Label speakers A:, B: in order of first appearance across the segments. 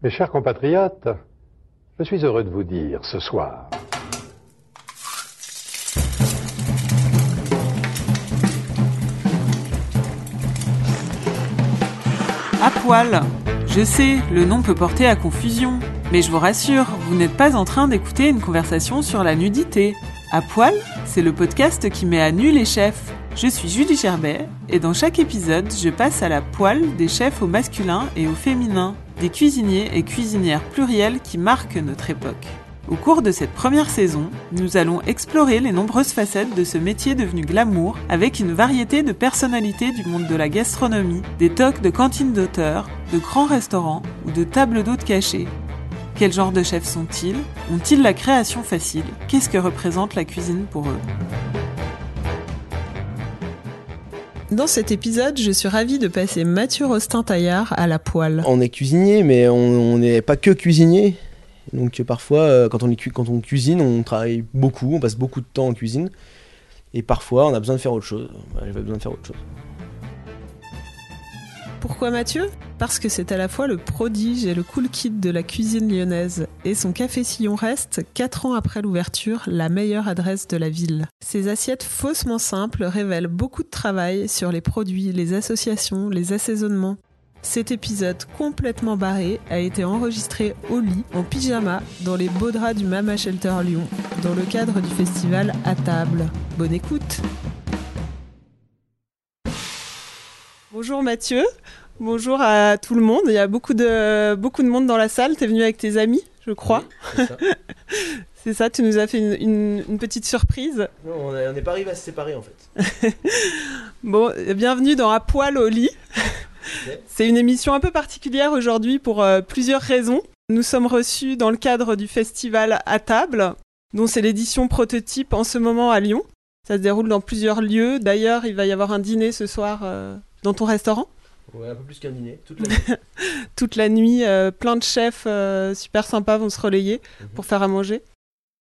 A: Mes chers compatriotes, je suis heureux de vous dire ce soir.
B: À poil. Je sais, le nom peut porter à confusion, mais je vous rassure, vous n'êtes pas en train d'écouter une conversation sur la nudité. À poil, c'est le podcast qui met à nu les chefs. Je suis Julie Gerbet, et dans chaque épisode, je passe à la poêle des chefs au masculin et au féminin, des cuisiniers et cuisinières pluriels qui marquent notre époque. Au cours de cette première saison, nous allons explorer les nombreuses facettes de ce métier devenu glamour avec une variété de personnalités du monde de la gastronomie, des toques de cantines d'auteurs, de grands restaurants ou de tables d'hôtes cachées. Quel genre de chefs sont-ils Ont-ils la création facile Qu'est-ce que représente la cuisine pour eux
C: Dans cet épisode, je suis ravie de passer Mathieu Rostin-Taillard à la poêle.
D: On est cuisinier, mais on n'est pas que cuisinier. Donc euh, parfois, euh, quand on, est cu- quand on cuisine, on travaille beaucoup, on passe beaucoup de temps en cuisine. Et parfois, on a besoin de faire autre chose. Ouais, J'avais besoin de faire autre chose.
C: Pourquoi Mathieu Parce que c'est à la fois le prodige et le cool kid de la cuisine lyonnaise. Et son café Sillon reste, 4 ans après l'ouverture, la meilleure adresse de la ville. Ses assiettes faussement simples révèlent beaucoup de travail sur les produits, les associations, les assaisonnements. Cet épisode complètement barré a été enregistré au lit, en pyjama, dans les beaux draps du Mama Shelter Lyon, dans le cadre du festival à table. Bonne écoute Bonjour Mathieu, bonjour à tout le monde. Il y a beaucoup de, beaucoup de monde dans la salle. Tu es venu avec tes amis, je crois. C'est ça, tu nous as fait une, une- une petite surprise.
D: Non, on n'est pas arrivé à se séparer en fait.
C: Bon, euh, bienvenue dans À poil au lit. C'est une émission un peu particulière aujourd'hui pour euh, plusieurs raisons. Nous sommes reçus dans le cadre du festival À table, dont c'est l'édition prototype en ce moment à Lyon. Ça se déroule dans plusieurs lieux. D'ailleurs, il va y avoir un dîner ce soir euh, dans ton restaurant.
D: Ouais, un peu plus qu'un dîner, toute la nuit.
C: toute la nuit. euh, plein de chefs euh, super sympas vont se relayer pour faire à manger.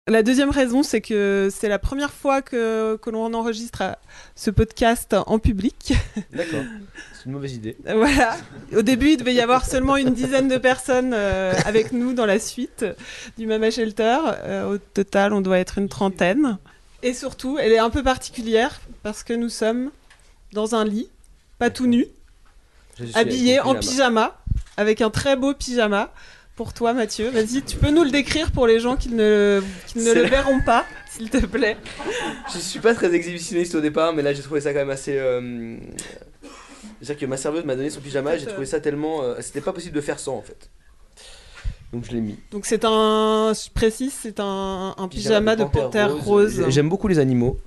C: La deuxième raison, c'est que c'est la première fois que, que l'on enregistre euh, ce podcast en public.
D: D'accord. C'est une mauvaise idée.
C: Euh, voilà. Au début, il devait y avoir seulement une dizaine de personnes euh, avec nous dans la suite du Mama Shelter. Euh, au total, on doit être une trentaine. Et surtout, elle est un peu particulière parce que nous sommes dans un lit, pas tout nu
D: Je suis
C: habillé
D: avec mon
C: en pyjama, avec un très beau pyjama. Pour toi, Mathieu, vas-y, tu peux nous le décrire pour les gens qui ne, qui ne
E: C'est
C: le
E: la-
C: verront pas, s'il te plaît.
E: Je suis pas très exhibitionniste au départ, mais là j'ai trouvé ça quand même assez. euh, C'est-à-dire que ma serveuse m'a donné son pyjama et j'ai trouvé ça tellement. euh, C'était pas possible de faire sans en fait. Donc je l'ai mis.
C: Donc c'est un, je précise, c'est un, un pyjama, de panthère rose.
D: pyjama. J'aime beaucoup les animaux.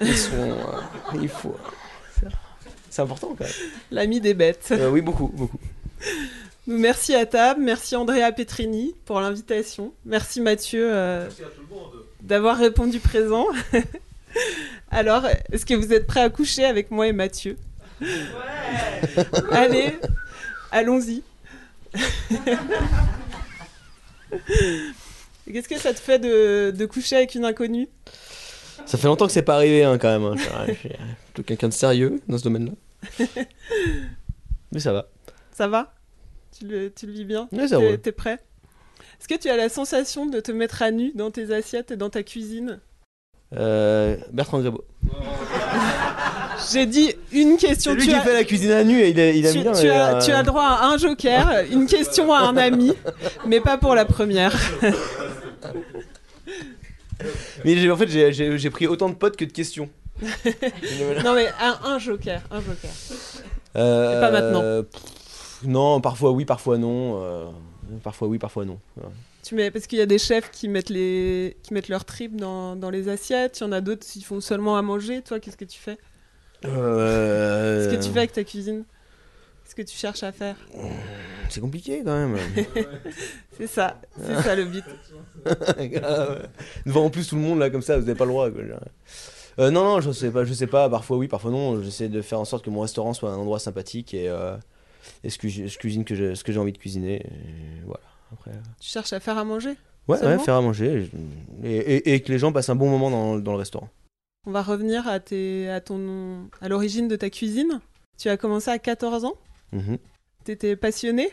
E: Ils sont. euh, il faut.
D: C'est important quand même.
C: L'ami des bêtes.
E: Euh, oui, beaucoup, beaucoup.
C: Donc, merci à table, merci Andrea Petrini pour l'invitation, merci Mathieu euh, d'avoir répondu présent. Alors, est-ce que vous êtes prêts à coucher avec moi et Mathieu Allez, allons-y. Qu'est-ce que ça te fait de, de coucher avec une inconnue
D: Ça fait longtemps que c'est pas arrivé hein, quand même. hein. Je suis plutôt quelqu'un de sérieux dans ce domaine-là. Mais ça va.
C: Ça va tu le, tu le vis bien
D: Ouais, ça
C: T'es-
D: roule.
C: T'es prêt Est-ce que tu as la sensation de te mettre à nu dans tes assiettes et dans ta cuisine
D: Euh, Bertrand Grebo.
C: J'ai dit une question.
D: C'est lui
C: tu
D: qui
C: as...
D: fait la cuisine à nu et il, a- il aime
C: tu-
D: bien. euh,
C: tu
D: il
C: as,
D: a-
C: tu as droit à un joker, une question à un ami, mais pas pour la première.
D: Mais j'ai- en fait, j'ai- j'ai j'ai pris autant de potes que de questions.
C: Non mais un, un joker, un joker.
D: Euh,
C: pas maintenant.
D: pff, non, parfois oui, parfois non. euh, parfois oui, parfois non. Ouais.
C: Tu mets, parce qu'il y a des chefs qui mettent, les, qui mettent leur trip dans, dans les assiettes, il y en a d'autres qui font seulement à manger. Toi, qu'est-ce que tu fais
D: Euh,
C: Qu'est-ce que tu fais avec ta cuisine ce que tu cherches à faire.
D: C'est compliqué quand même.
C: C'est ça, c'est ça le but.
D: Grave. Devant en plus tout le monde là comme ça, vous n'avez pas le droit. quoi, genre. Euh, non, non, je sais pas, je sais pas. Parfois oui, parfois non. J'essaie de faire en sorte que mon restaurant soit un endroit sympathique et, euh, et ce que je, je cuisine que je- ce que j'ai envie de cuisiner. et voilà. Après, euh,
C: Tu cherches à faire à manger
D: ouais, ouais,
C: Seulement
D: faire à manger je- et, et- et que les gens passent un bon moment dans, dans le restaurant.
C: On va revenir à, tes, à, ton, à l'origine de ta cuisine. Tu as commencé à 14 ans,
D: Mhm.
C: t'étais passionné,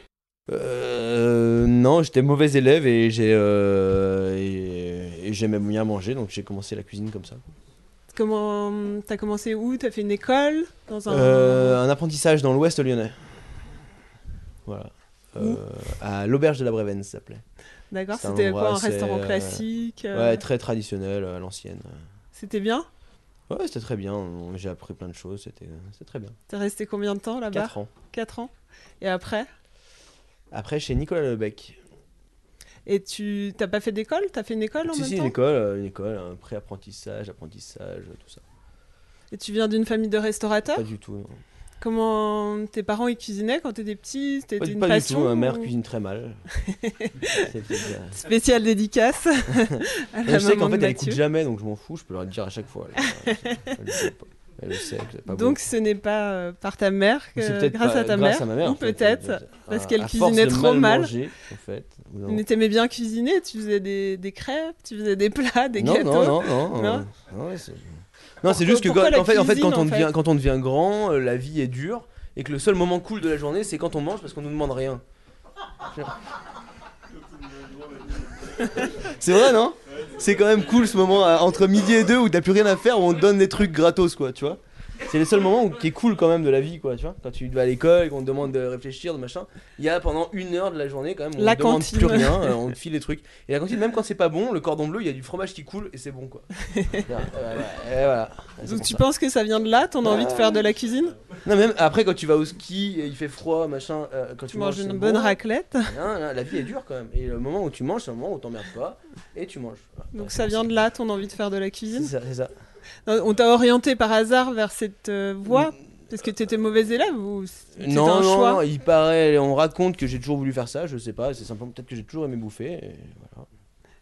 D: Euh, non, j'étais mauvais élève et j'ai euh, et- et j'aimais bien manger, donc j'ai commencé la cuisine comme ça.
C: Comment t'as commencé où T'as fait une école dans un
D: Euh, un apprentissage dans l'ouest lyonnais. Voilà. Euh, à l'auberge de la Brévenne, ça s'appelait.
C: D'accord,
D: c'est un
C: c'était
D: endroit,
C: quoi un
D: c'est,
C: restaurant
D: euh,
C: classique euh,
D: Ouais, très traditionnel, à l'ancienne.
C: C'était bien.
D: Ouais, c'était très bien. on- J'ai appris plein de choses. C'était c'était très bien.
C: T'es resté combien de temps là-bas
D: 4 ans.
C: 4 ans. Et après
D: Après, chez Nicolas Lebec.
C: Et tu t'as pas fait d'école T'as fait une école en
D: Si,
C: même
D: si,
C: temps
D: une école, euh, une école, un pré-apprentissage, apprentissage, tout ça.
C: Et tu viens d'une famille de restaurateurs
D: Pas du tout. non.
C: Comment tes parents ils cuisinaient quand t'étais petit C'était
D: Pas,
C: une
D: pas du
C: passion
D: tout. Ma mère
C: ou-
D: cuisine très mal. C'était, euh,
C: Spéciale dédicace. à la
D: Je sais
C: maman
D: qu'en
C: de
D: fait, elle
C: Mathieu.
D: écoute jamais, donc je m'en fous. Je peux leur dire à chaque fois. là. Elle, le sait pas. Elle le sait. que c'est pas bon.
C: Donc ce n'est pas euh, par ta mère, que-
D: C'est peut-être
C: grâce
D: pas-
C: à ta
D: grâce
C: mère,
D: à ma mère,
C: ou
D: en fait.
C: peut-être.
D: Euh,
C: parce
D: à-
C: qu'elle
D: à force
C: cuisinait
D: de
C: trop mal.
D: manger, en fait. au bout d'un
C: Mais t'aimais bien cuisiner, tu faisais des, des crêpes, tu faisais des plats, des
D: non,
C: gâteaux.
D: non, non, non,
C: Non
D: non, ouais, c'est- Non, c'est juste que
C: pourquoi
D: quand,
C: la
D: en fait, en fait,
C: cuisine,
D: quand, on
C: en fait
D: devient, quand on devient grand, euh, la vie est dure et que le seul moment cool de la journée, c'est quand on mange parce qu'on nous demande rien. C'est vrai, non C'est quand même cool ce moment euh, entre midi et deux où t'as plus rien à faire, où on te donne des trucs gratos, quoi, tu vois. C'est le seul moment où- qui est cool quand même de la vie, quoi, tu vois. Quand tu vas à l'école, qu'on te demande de réfléchir, de machin, il y a pendant une heure de la journée quand même, on
C: La
D: te demande
C: cantine.
D: plus rien, euh, on te file des trucs. Et la cantine, même quand c'est pas bon, le cordon bleu, il y a du fromage qui coule et c'est bon, quoi. Et voilà. et voilà. C'est
C: Donc
D: pour
C: tu
D: ça.
C: penses que ça vient de là, ton envie de faire de la cuisine
D: Non, même après, quand tu vas au ski, et il fait froid, machin, euh, quand tu,
C: Tu manges une
D: c'est
C: bonne
D: bon.
C: raclette,
D: Hein, là, la vie est dure quand même. Et le moment où tu manges, c'est le moment où t'emmerdes pas et tu manges. Voilà.
C: donc ça vient de là, ton envie de faire de la
D: C'est
C: cuisine
D: ça, c'est ça.
C: Non, On t'a orienté par hasard vers cette euh, voie parce que t'étais mauvais élève ou c'était
D: Mm. Non,
C: un
D: non,
C: choix
D: non, il paraît, on raconte que j'ai toujours voulu faire ça, je sais pas, c'est simplement peut-être que j'ai toujours aimé bouffer. et voilà.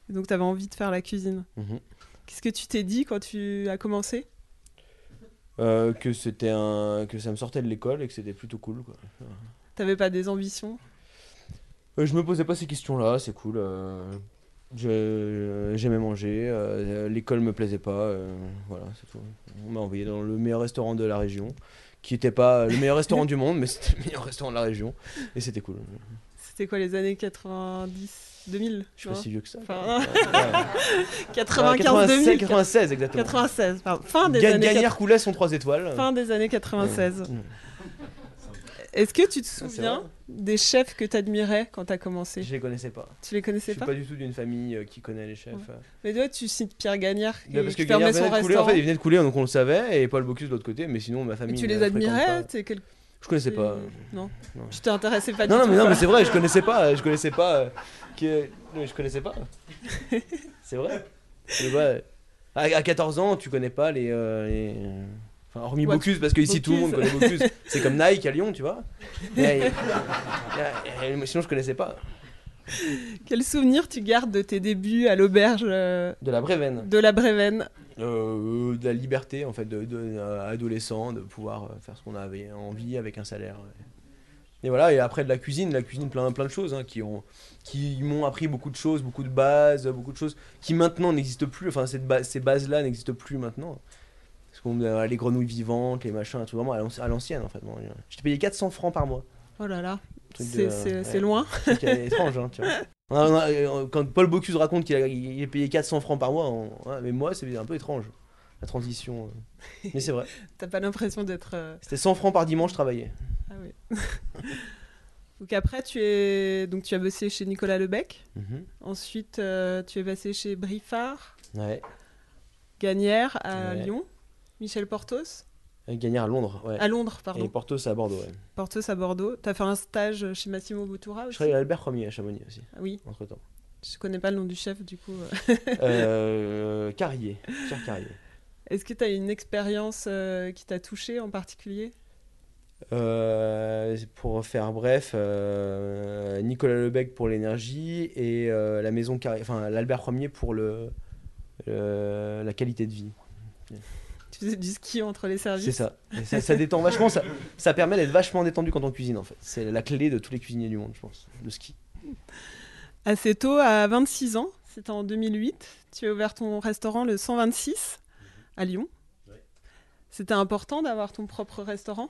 C: Donc t'avais envie de faire la cuisine.
D: Mhm.
C: Qu'est-ce que tu t'es dit quand tu as commencé
D: Euh, que c'était un, que ça me sortait de l'école et que c'était plutôt cool. Quoi.
C: T'avais pas des ambitions
D: Euh, je me posais pas ces questions-là, c'est cool. euh, je- J'aimais manger, euh, l'école me plaisait pas, euh, voilà, c'est tout. On m'a envoyé dans le meilleur restaurant de la région, qui était pas euh, le meilleur restaurant du monde, mais c'était le meilleur restaurant de la région, et c'était cool.
C: C'était quoi les années 90 2000
D: Je suis pas si vieux que ça.
C: Enfin,
D: quoi. Ouais,
C: 95
D: 96,
C: 2000
D: 96, exactement.
C: 96, pardon. Fin des
D: Ga-
C: années
D: Gagnère coulait son 3 étoiles.
C: Fin des années 96.
D: Mm.
C: Est-ce que tu te
D: Ah, c'est
C: souviens
D: vrai.
C: des chefs que tu admirais quand tu as commencé
D: Je les connaissais pas.
C: Tu les
D: Je
C: connaissais
D: suis
C: pas,
D: pas du tout d'une famille euh, qui connaît les chefs. euh.
C: Mais toi, tu cites Pierre Gagnère qui,
D: Bah, parce que
C: qui fermait
D: Gagnard venait
C: son
D: de couler, en
C: restaurant.
D: fait, il venait de couler, donc on le savait, et Paul Bocuse de l'autre côté, mais sinon ma
C: Et
D: famille.
C: tu
D: ne
C: les
D: fréquente
C: admirais
D: pas.
C: t'es quel-
D: Je connaissais pas.
C: Non.
D: Non.
C: Tu t'intéressais pas
D: Non,
C: du
D: non,
C: tout.
D: mais, non,
C: quoi.
D: mais c'est vrai, je connaissais pas, je connaissais pas, euh, que, non, je connaissais pas. C'est vrai. Je sais pas. À, à 14 ans, tu connais pas les, euh, les, euh, enfin, hormis
C: Ouais,
D: Bocuse, parce que ici tout le monde
C: Bocuse.
D: connaît Bocuse. C'est comme Nike à Lyon, tu vois. Et, euh, et, euh, sinon, je connaissais pas.
C: Quel souvenir tu gardes de tes débuts à l'auberge euh,
D: De la Brévenne.
C: de la Brévenne
D: Euh, euh, de la liberté en fait de, de- euh, adolescent de pouvoir euh, faire ce qu'on avait envie avec un salaire ouais. et voilà et après de la cuisine la cuisine plein plein de choses hein, qui ont qui m'ont appris beaucoup de choses beaucoup de bases beaucoup de choses qui maintenant n'existent plus enfin cette base, ces bases là n'existent plus maintenant parce qu'on euh, les grenouilles vivantes les machins tout vraiment à l'anci- à l'ancienne en fait bon, j'étais payé 400 francs par mois
C: Oh là là,
D: Truc de-
C: c'est c'est- c'est
D: ouais.
C: loin.
D: truc euh, étrange, hein, tu vois. On a- on a- euh, quand Paul Bocuse raconte qu'il a- il est payé 400 francs par mois, on- ouais, mais moi, c'est un peu étrange, la transition. euh. Mais c'est vrai.
C: T'as pas l'impression d'être. euh,
D: C'était 100 francs par dimanche travaillé.
C: Ah oui. Donc après, tu es donc tu as bossé chez Nicolas Lebec. Ensuite, euh, tu es passé chez Briffard,
D: Ouais.
C: Gagnère à
D: Ouais.
C: Lyon, Michel Portos
D: Gagner à Londres, ouais.
C: à Londres,
D: Et
C: pardon,
D: Portos à Bordeaux, ouais.
C: Portos à Bordeaux. T'as fait un stage chez Massimo Bottura
D: Je
C: aussi.
D: travaillais à Albert Ier à Chamonix aussi,
C: Ah Oui,
D: entre temps.
C: je connais pas le nom du chef du coup.
D: Euh, Carrier, Pierre Carrier.
C: Est-ce que t'as une expérience euh, qui t'a touché en particulier
D: Euh, pour faire bref, euh, Nicolas Lebec pour l'énergie et euh, la maison Carré- enfin l'Albert Ier pour le, euh, la qualité de vie.
C: Tu faisais du ski entre les services.
D: C'est ça. Et ça. ça détend vachement, ça, ça permet d'être vachement détendu quand on cuisine en fait. C'est la clé de tous les cuisiniers du monde, je pense, le ski.
C: Assez tôt, à 26 ans, c'était en 2008, tu as ouvert ton restaurant le 126
D: Mhm.
C: à Lyon. C'était important d'avoir ton propre restaurant.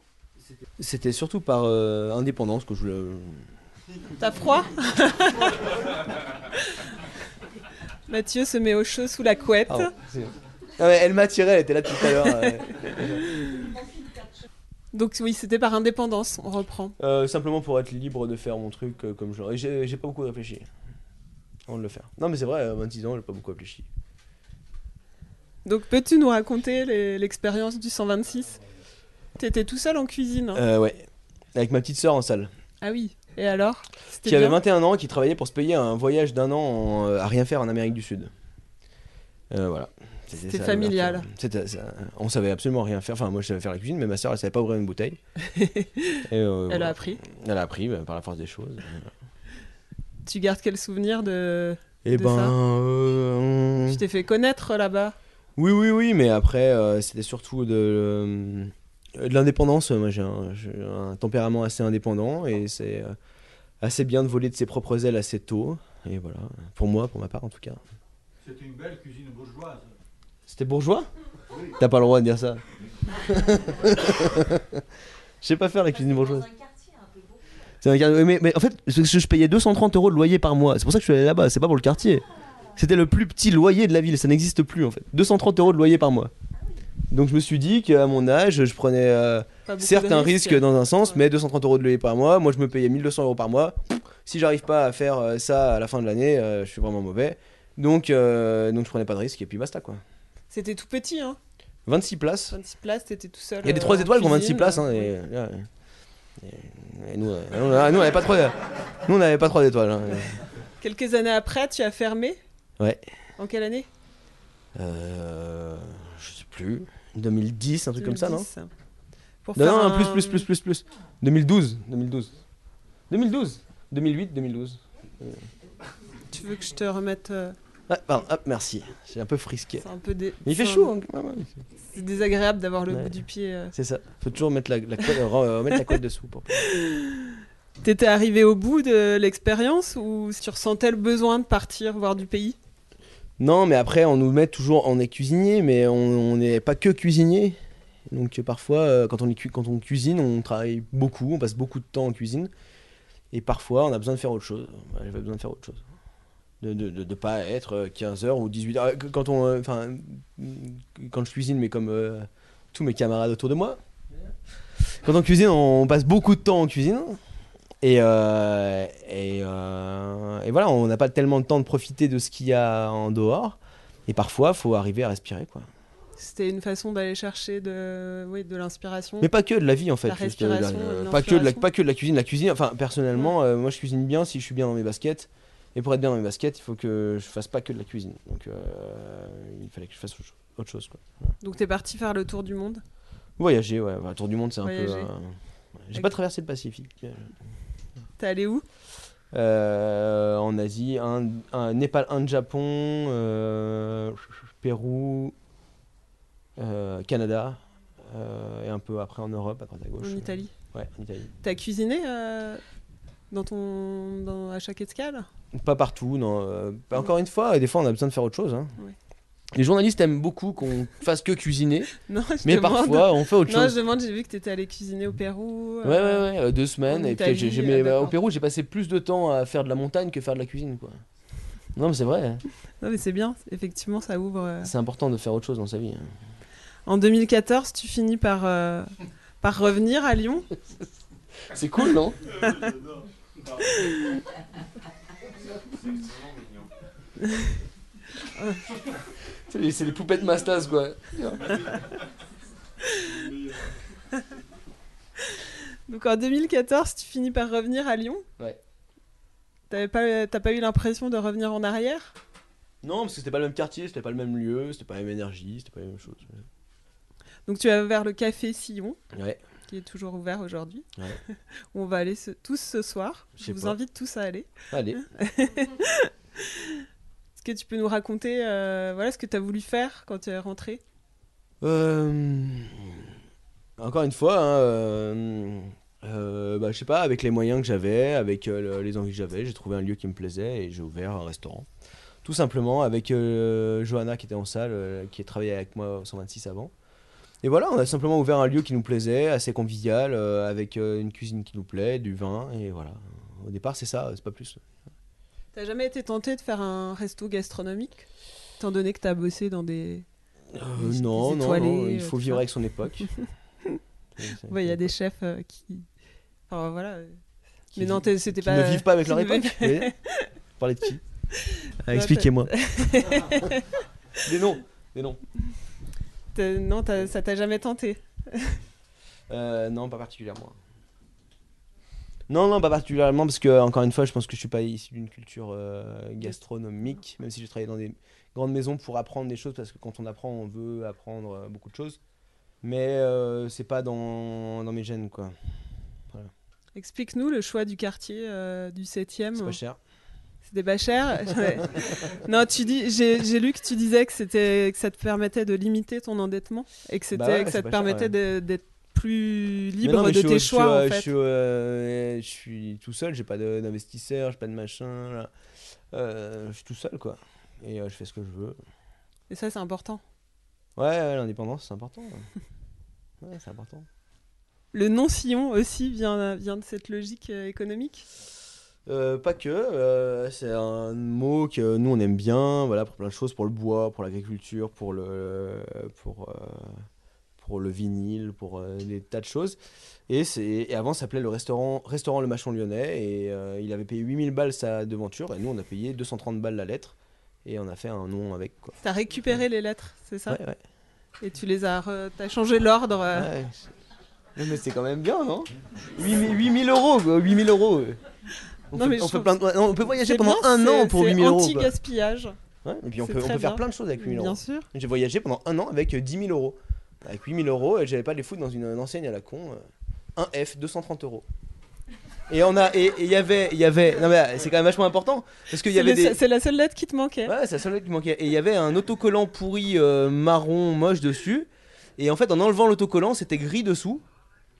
D: C'était surtout par euh, indépendance que je voulais.
C: T'as froid Mathieu se met au chaud sous la couette.
D: Pardon. Ah ouais, elle m'attirait, elle était là tout à l'heure. euh.
C: Donc oui, c'était par indépendance, on reprend.
D: Euh, simplement pour être libre de faire mon truc euh, comme je l'aurais. J'ai j'ai pas beaucoup réfléchi avant de le faire. Non, mais c'est vrai, à 26 ans, j'ai pas beaucoup réfléchi.
C: Donc peux-tu nous raconter les- l'expérience du 126 T'étais tout seul en cuisine. hein.
D: Euh, ouais. Avec ma petite sœur en salle,
C: Ah oui. Et alors C'était
D: qui avait
C: bien
D: 21 ans, qui travaillait pour se payer un voyage d'un an en, euh, à rien faire en Amérique du Sud. Euh, voilà.
C: C'était
D: ça,
C: familial.
D: l'ouverture. C'était ça. On savait absolument rien faire. Enfin, moi, je savais faire la cuisine, mais ma sœur, elle savait pas ouvrir une bouteille. Et, euh,
C: Elle
D: voilà.
C: a appris.
D: Elle a appris bah, par la force des choses.
C: Tu gardes quel souvenir de
D: Et
C: De
D: ben.
C: ça
D: euh,
C: Tu t'es fait connaître là-bas
D: Oui, oui, oui, mais après, euh, c'était surtout de, euh, de l'indépendance. Moi, j'ai un, j'ai un tempérament assez indépendant et c'est euh, assez bien de voler de ses propres ailes assez tôt. Et voilà, pour moi, pour ma part en tout cas.
F: C'était une belle cuisine bourgeoise.
D: C'était bourgeois T'as pas le droit de dire ça. Je sais pas faire la cuisine bourgeoise. C'est un quartier- mais, mais en fait, je, je payais 230 euros de loyer par mois. C'est pour ça que je suis allé là-bas, c'est pas pour le quartier. C'était le plus petit loyer de la ville, ça n'existe plus en fait. 230 euros de loyer par mois. Donc je me suis dit qu'à mon âge, je prenais euh,
C: Pas Ah, beaucoup
D: certes
C: de
D: un
C: risques.
D: risque dans un sens, mais 230 euros de loyer par mois, moi je me payais 1200 euros par mois. Si j'arrive pas à faire euh, ça à la fin de l'année, euh, je suis vraiment mauvais. Donc, euh, donc je prenais pas de risque et puis basta quoi.
C: C'était tout petit, hein
D: 26 places.
C: 26 places, t'étais tout seul.
D: Il y a des
C: euh,
D: 3
C: en
D: étoiles qui ont 26
C: cuisine.
D: places. Hein, et, là, et- et nous, euh, nous, on- nous, on n'avait pas 3 Nous, on n'avait pas 3 étoiles. hein.
C: Quelques années après, tu as fermé
D: Ouais.
C: En quelle année
D: Euh, je sais plus. 2010, un truc comme ça, non
C: 2010. Pour
D: Non,
C: faire
D: non,
C: un-
D: plus, plus, plus, plus, plus. 2012, 2012. 2012 2008, 2012.
C: Tu veux que je te remette euh,
D: Ah, pardon, hop, merci. J'ai un peu frisqué.
C: C'est un peu dé-
D: Mais il fait
C: c'est un-
D: chaud, hein, quand même.
C: C'est désagréable d'avoir le
D: Ouais.
C: bout du pied. euh.
D: C'est ça. Faut toujours mettre la, la, couette- euh, remettre la couette dessous. Pour...
C: T'étais arrivé au bout de l'expérience ou tu ressentais le besoin de partir voir du pays
D: Non, mais après, on nous met toujours, on est cuisinier, mais on- on n'est pas que cuisinier. Donc euh, parfois, euh, quand, on est cu- quand on cuisine, on travaille beaucoup, on passe beaucoup de temps en cuisine. Et parfois, on a besoin de faire autre chose. Moi, J'avais besoin de faire autre chose. De ne de, de- de pas être euh, 15 heures ou 18 heures. Quand, on, euh, enfin, mm, quand je cuisine, mais comme euh, tous mes camarades autour de moi, quand on cuisine, on passe beaucoup de temps en cuisine. Et, euh, et, euh, et voilà, on n'a pas tellement de temps de profiter de ce qu'il y a en dehors. Et parfois, faut arriver à respirer.
C: Mm.
D: quoi.
C: C'était une façon d'aller chercher de, oui, de l'inspiration.
D: Mais pas que de la vie en fait.
C: La
D: juste, euh,
C: respiration,
D: la-
C: de
D: pas, que de la,
C: l'inspiration.
D: pas que de la cuisine. La cuisine, enfin personnellement, euh, moi je cuisine bien si je suis bien dans mes baskets. Et pour être bien dans mes baskets, il faut que je fasse pas que de la cuisine. Donc euh, il fallait que je fasse autre chose- autre chose. Quoi.
C: Donc t'es parti faire le tour du monde.
D: Voyager, ouais. Enfin, tour du monde, c'est un peu.
C: Voyager.
D: euh, J'ai pas traversé le Pacifique.
C: T'es allé où
D: Euh, en Asie, un, un Népal, un Japon, euh, Pérou, euh, Canada, euh, et un peu après en Europe, à droite à gauche.
C: En Italie.
D: Ouais, en Italie.
C: T'as cuisiné euh, dans ton, dans, à chaque escale
D: Pas partout, non. euh, bah, encore une fois, des fois on a besoin de faire autre chose. hein.
C: Ouais.
D: Les journalistes aiment beaucoup qu'on fasse que cuisiner,
C: Non, je
D: mais
C: demande.
D: parfois on fait autre
C: Non,
D: chose.
C: je demande, j'ai vu que t'étais allé cuisiner au Pérou. euh,
D: Ouais, ouais, ouais, euh, deux semaines.
C: en
D: Et puis j'ai- j'ai-
C: Italie,
D: mais,
C: ah,
D: bah, au
C: d'accord.
D: Pérou, j'ai passé plus de temps à faire de la montagne que faire de la cuisine, quoi. Non, mais c'est vrai, hein.
C: Non, mais c'est bien, effectivement, ça ouvre. euh.
D: c'est important de faire autre chose dans sa vie. hein.
C: En 2014, tu finis par, euh, par revenir à Lyon.
D: C'est cool, non C'est les, c'est les poupettes Mastas, quoi.
C: Donc en 2014, tu finis par revenir à Lyon.
D: Ouais.
C: T'avais pas, t'as pas eu l'impression de revenir en arrière
D: Non, parce que c'était pas le même quartier, c'était pas le même lieu, c'était pas la même énergie, c'était pas la même chose.
C: Donc tu as ouvert le café Sillon
D: Ouais.
C: qui est toujours ouvert aujourd'hui.
D: Ouais.
C: Où on va aller ce- tous ce soir.
D: Je
C: Je
D: sais
C: vous
D: pas.
C: invite tous à aller.
D: Allez.
C: Est-ce que tu peux nous raconter euh, voilà, ce que tu as voulu faire quand tu es rentré
D: Euh, Encore une fois, hein, euh, euh, bah, je sais pas, avec les moyens que j'avais, avec euh, le- les envies que j'avais, j'ai trouvé un lieu qui me plaisait et j'ai ouvert un restaurant. Tout simplement avec euh, Johanna qui était en salle, euh, qui travaillait avec moi au 126 avant. Et voilà, on a simplement ouvert un lieu qui nous plaisait, assez convivial, euh, avec euh, une cuisine qui nous plaît, du vin, et voilà. Au départ, c'est ça, c'est pas plus.
C: T'as jamais été tenté de faire un resto gastronomique Étant donné que tu as bossé dans des.
D: Euh,
C: Des-
D: non,
C: des
D: non,
C: étoilés,
D: non, il
C: euh,
D: faut
C: tout
D: vivre
C: ça.
D: avec son époque.
C: Ouais, Il y a des chefs euh, qui. Enfin voilà. euh,
D: Qui
C: Mais non,
D: vi-
C: t'es- c'était
D: qui
C: pas.
D: ne vivent pas avec
C: qui
D: leur
C: ne vivent
D: époque. vous voyez Parler de qui Ah,
C: Non,
D: Expliquez-moi. des noms. Des noms.
C: T'as- Non, t'as- ça t'a jamais tenté.
D: Euh, non, pas particulièrement. Non, non, pas particulièrement, parce que, encore une fois, je pense que je suis pas issu d'une culture euh, gastronomique, même si j'ai travaillé dans des grandes maisons pour apprendre des choses, parce que quand on apprend, on veut apprendre euh, beaucoup de choses. Mais euh, c'est pas dans, dans mes gènes, quoi.
C: Explique-nous le choix du quartier euh, du 7e.
D: C'est pas cher.
C: C'était pas cher. Ouais. non, tu dis, j'ai j'ai lu que tu disais que c'était que ça te permettait de limiter ton endettement et que c'était
D: Bah ouais,
C: que
D: c'est
C: ça te
D: pas cher,
C: permettait
D: ouais.
C: de- d'être plus
D: Mais
C: libre
D: non, mais
C: de
D: je suis-
C: tes
D: je suis,
C: choix
D: euh,
C: en fait.
D: Je suis, euh, je suis tout seul, j'ai pas de- d'investisseur, j'ai pas de machin. là. Euh, je suis tout seul quoi. Et euh, je fais ce que je veux.
C: Et ça, c'est important.
D: Ouais, ouais, l'indépendance c'est important. Ouais, c'est important.
C: Le non-sillon aussi vient, vient de cette logique euh, économique.
D: Euh, pas que, euh, c'est un mot que nous on aime bien, voilà, pour plein de choses, pour le bois, pour l'agriculture, pour le, pour, euh, pour le vinyle, pour euh, des tas de choses. Et, c'est, et avant ça s'appelait le restaurant, restaurant Le Machon Lyonnais, et euh, il avait payé 8000 balles sa devanture, et nous on a payé 230 balles la lettre, et on a fait un nom avec quoi.
C: T'as récupéré les lettres, c'est ça
D: Ouais, ouais.
C: Et tu les as, re- t'as changé l'ordre. euh.
D: Ouais, je- Mais c'est quand même bien, non 8000 8000 euros, quoi, 8000 euros. euh. On,
C: Non,
D: fait-
C: mais je
D: on fait
C: trouve
D: plein de- on peut voyager
C: C'est
D: pendant
C: bien,
D: un
C: c'est-
D: an pour
C: c'est
D: 8000 euros. quoi.
C: Anti-gaspillage.
D: Ouais, et puis on
C: C'est
D: peut, on
C: très
D: peut
C: bien.
D: faire plein de choses avec 8000 euros.
C: Bien sûr.
D: J'ai voyagé pendant un an avec euh, 10 000 euros. Avec 8000 euros, euh, j'avais pas de les foutre dans une, une enseigne à la con. euh, Un F, 230 euros. Et on a, et et il y avait, il y avait, non mais euh, c'est quand même vachement important parce qu'il y
C: C'est
D: avait
C: le-
D: des,
C: c'est la seule lettre qui te manquait.
D: ouais, c'est la seule lettre qui manquait. Et il y avait un autocollant pourri euh, marron moche dessus. Et en fait, en enlevant l'autocollant, c'était gris dessous.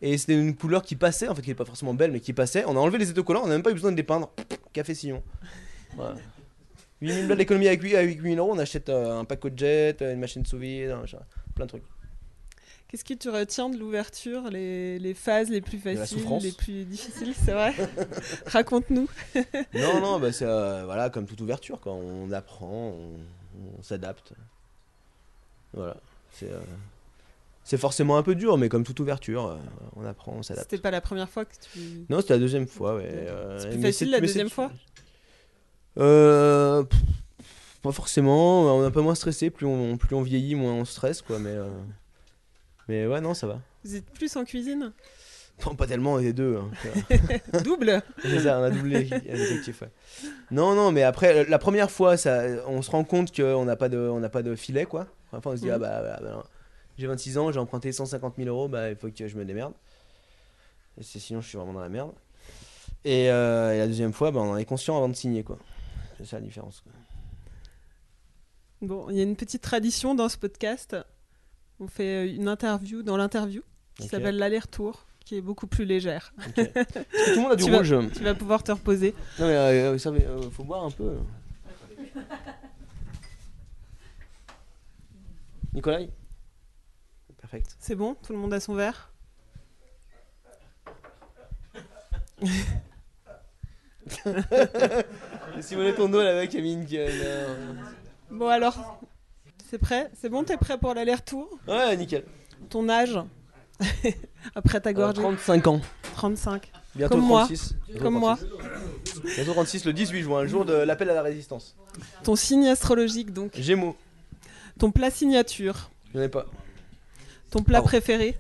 D: Et c'était une couleur qui passait, en fait, qui n'est pas forcément belle, mais qui passait. On a enlevé les autocollants, on n'a même pas eu besoin de les peindre. Café Sillon. Voilà. 8000 balles d'économie avec 8000 euros, on achète euh, un paquet de jet, euh, une machine sous vide, un machin, plein de trucs.
C: Qu'est-ce que tu retiens de l'ouverture, les, les phases les plus
D: la
C: faciles,
D: souffrance.
C: les plus difficiles, c'est vrai Raconte-nous.
D: Non, non, bah c'est euh, voilà, comme toute ouverture, quoi. On apprend, on, on s'adapte. Voilà. C'est euh, c'est forcément un peu dur, mais comme toute ouverture, euh, on apprend, on s'adapte.
C: C'était pas la première fois que tu.
D: Non, c'était la deuxième fois, ouais. euh,
C: C'est plus
D: mais
C: facile la
D: mais
C: deuxième fois
D: Euh. pff, Pas forcément, euh, on est un peu moins stressé, plus on, plus on vieillit, moins on stresse, quoi, mais. euh, Mais ouais, non, ça va.
C: Vous êtes plus en cuisine
D: Bon, pas tellement, on est deux. hein.
C: Double
D: C'est ça, on a doublé l'effectif, ouais. Non, non, mais après, la première fois, ça, on se rend compte qu'on n'a pas, de- on n'a pas de filet, quoi. Enfin, on se dit,
C: Mhm.
D: ah bah, bah, bah, j'ai 26 ans, j'ai emprunté 150 000 euros, bah, il faut que je me démerde. Et c'est- sinon, je suis vraiment dans la merde. Et, euh, et la deuxième fois, bah, on en est conscient avant de signer, quoi. C'est ça la différence. quoi.
C: Bon, il y a une petite tradition dans ce podcast. On fait euh, une interview dans l'interview qui
D: Ok.
C: s'appelle l'aller-retour, qui est beaucoup plus légère.
D: Ok. Est-ce que tout le monde a du
C: Tu vas-
D: rouge Non,
C: Tu vas pouvoir te reposer.
D: mais euh, ça, euh, faut boire un peu. Nicolas Perfect.
C: C'est bon Tout le monde a son verre
D: Simone Tondo, là, avec Amine qui euh,
C: Bon alors, c'est prêt C'est bon T'es prêt pour l'aller-retour
D: Ouais, nickel.
C: Ton âge Après ta
D: Euh,
C: gorgée
D: 35 ans.
C: 35.
D: Bientôt
C: Comme moi.
D: 36. Bientôt
C: Comme moi.
D: 36. Bientôt 36, le 18 juin, le jour de l'appel à la résistance.
C: Ton signe astrologique donc.
D: Gémeaux,
C: Ton plat signature,
D: j'en ai pas.
C: ton plat
D: Pardon.
C: préféré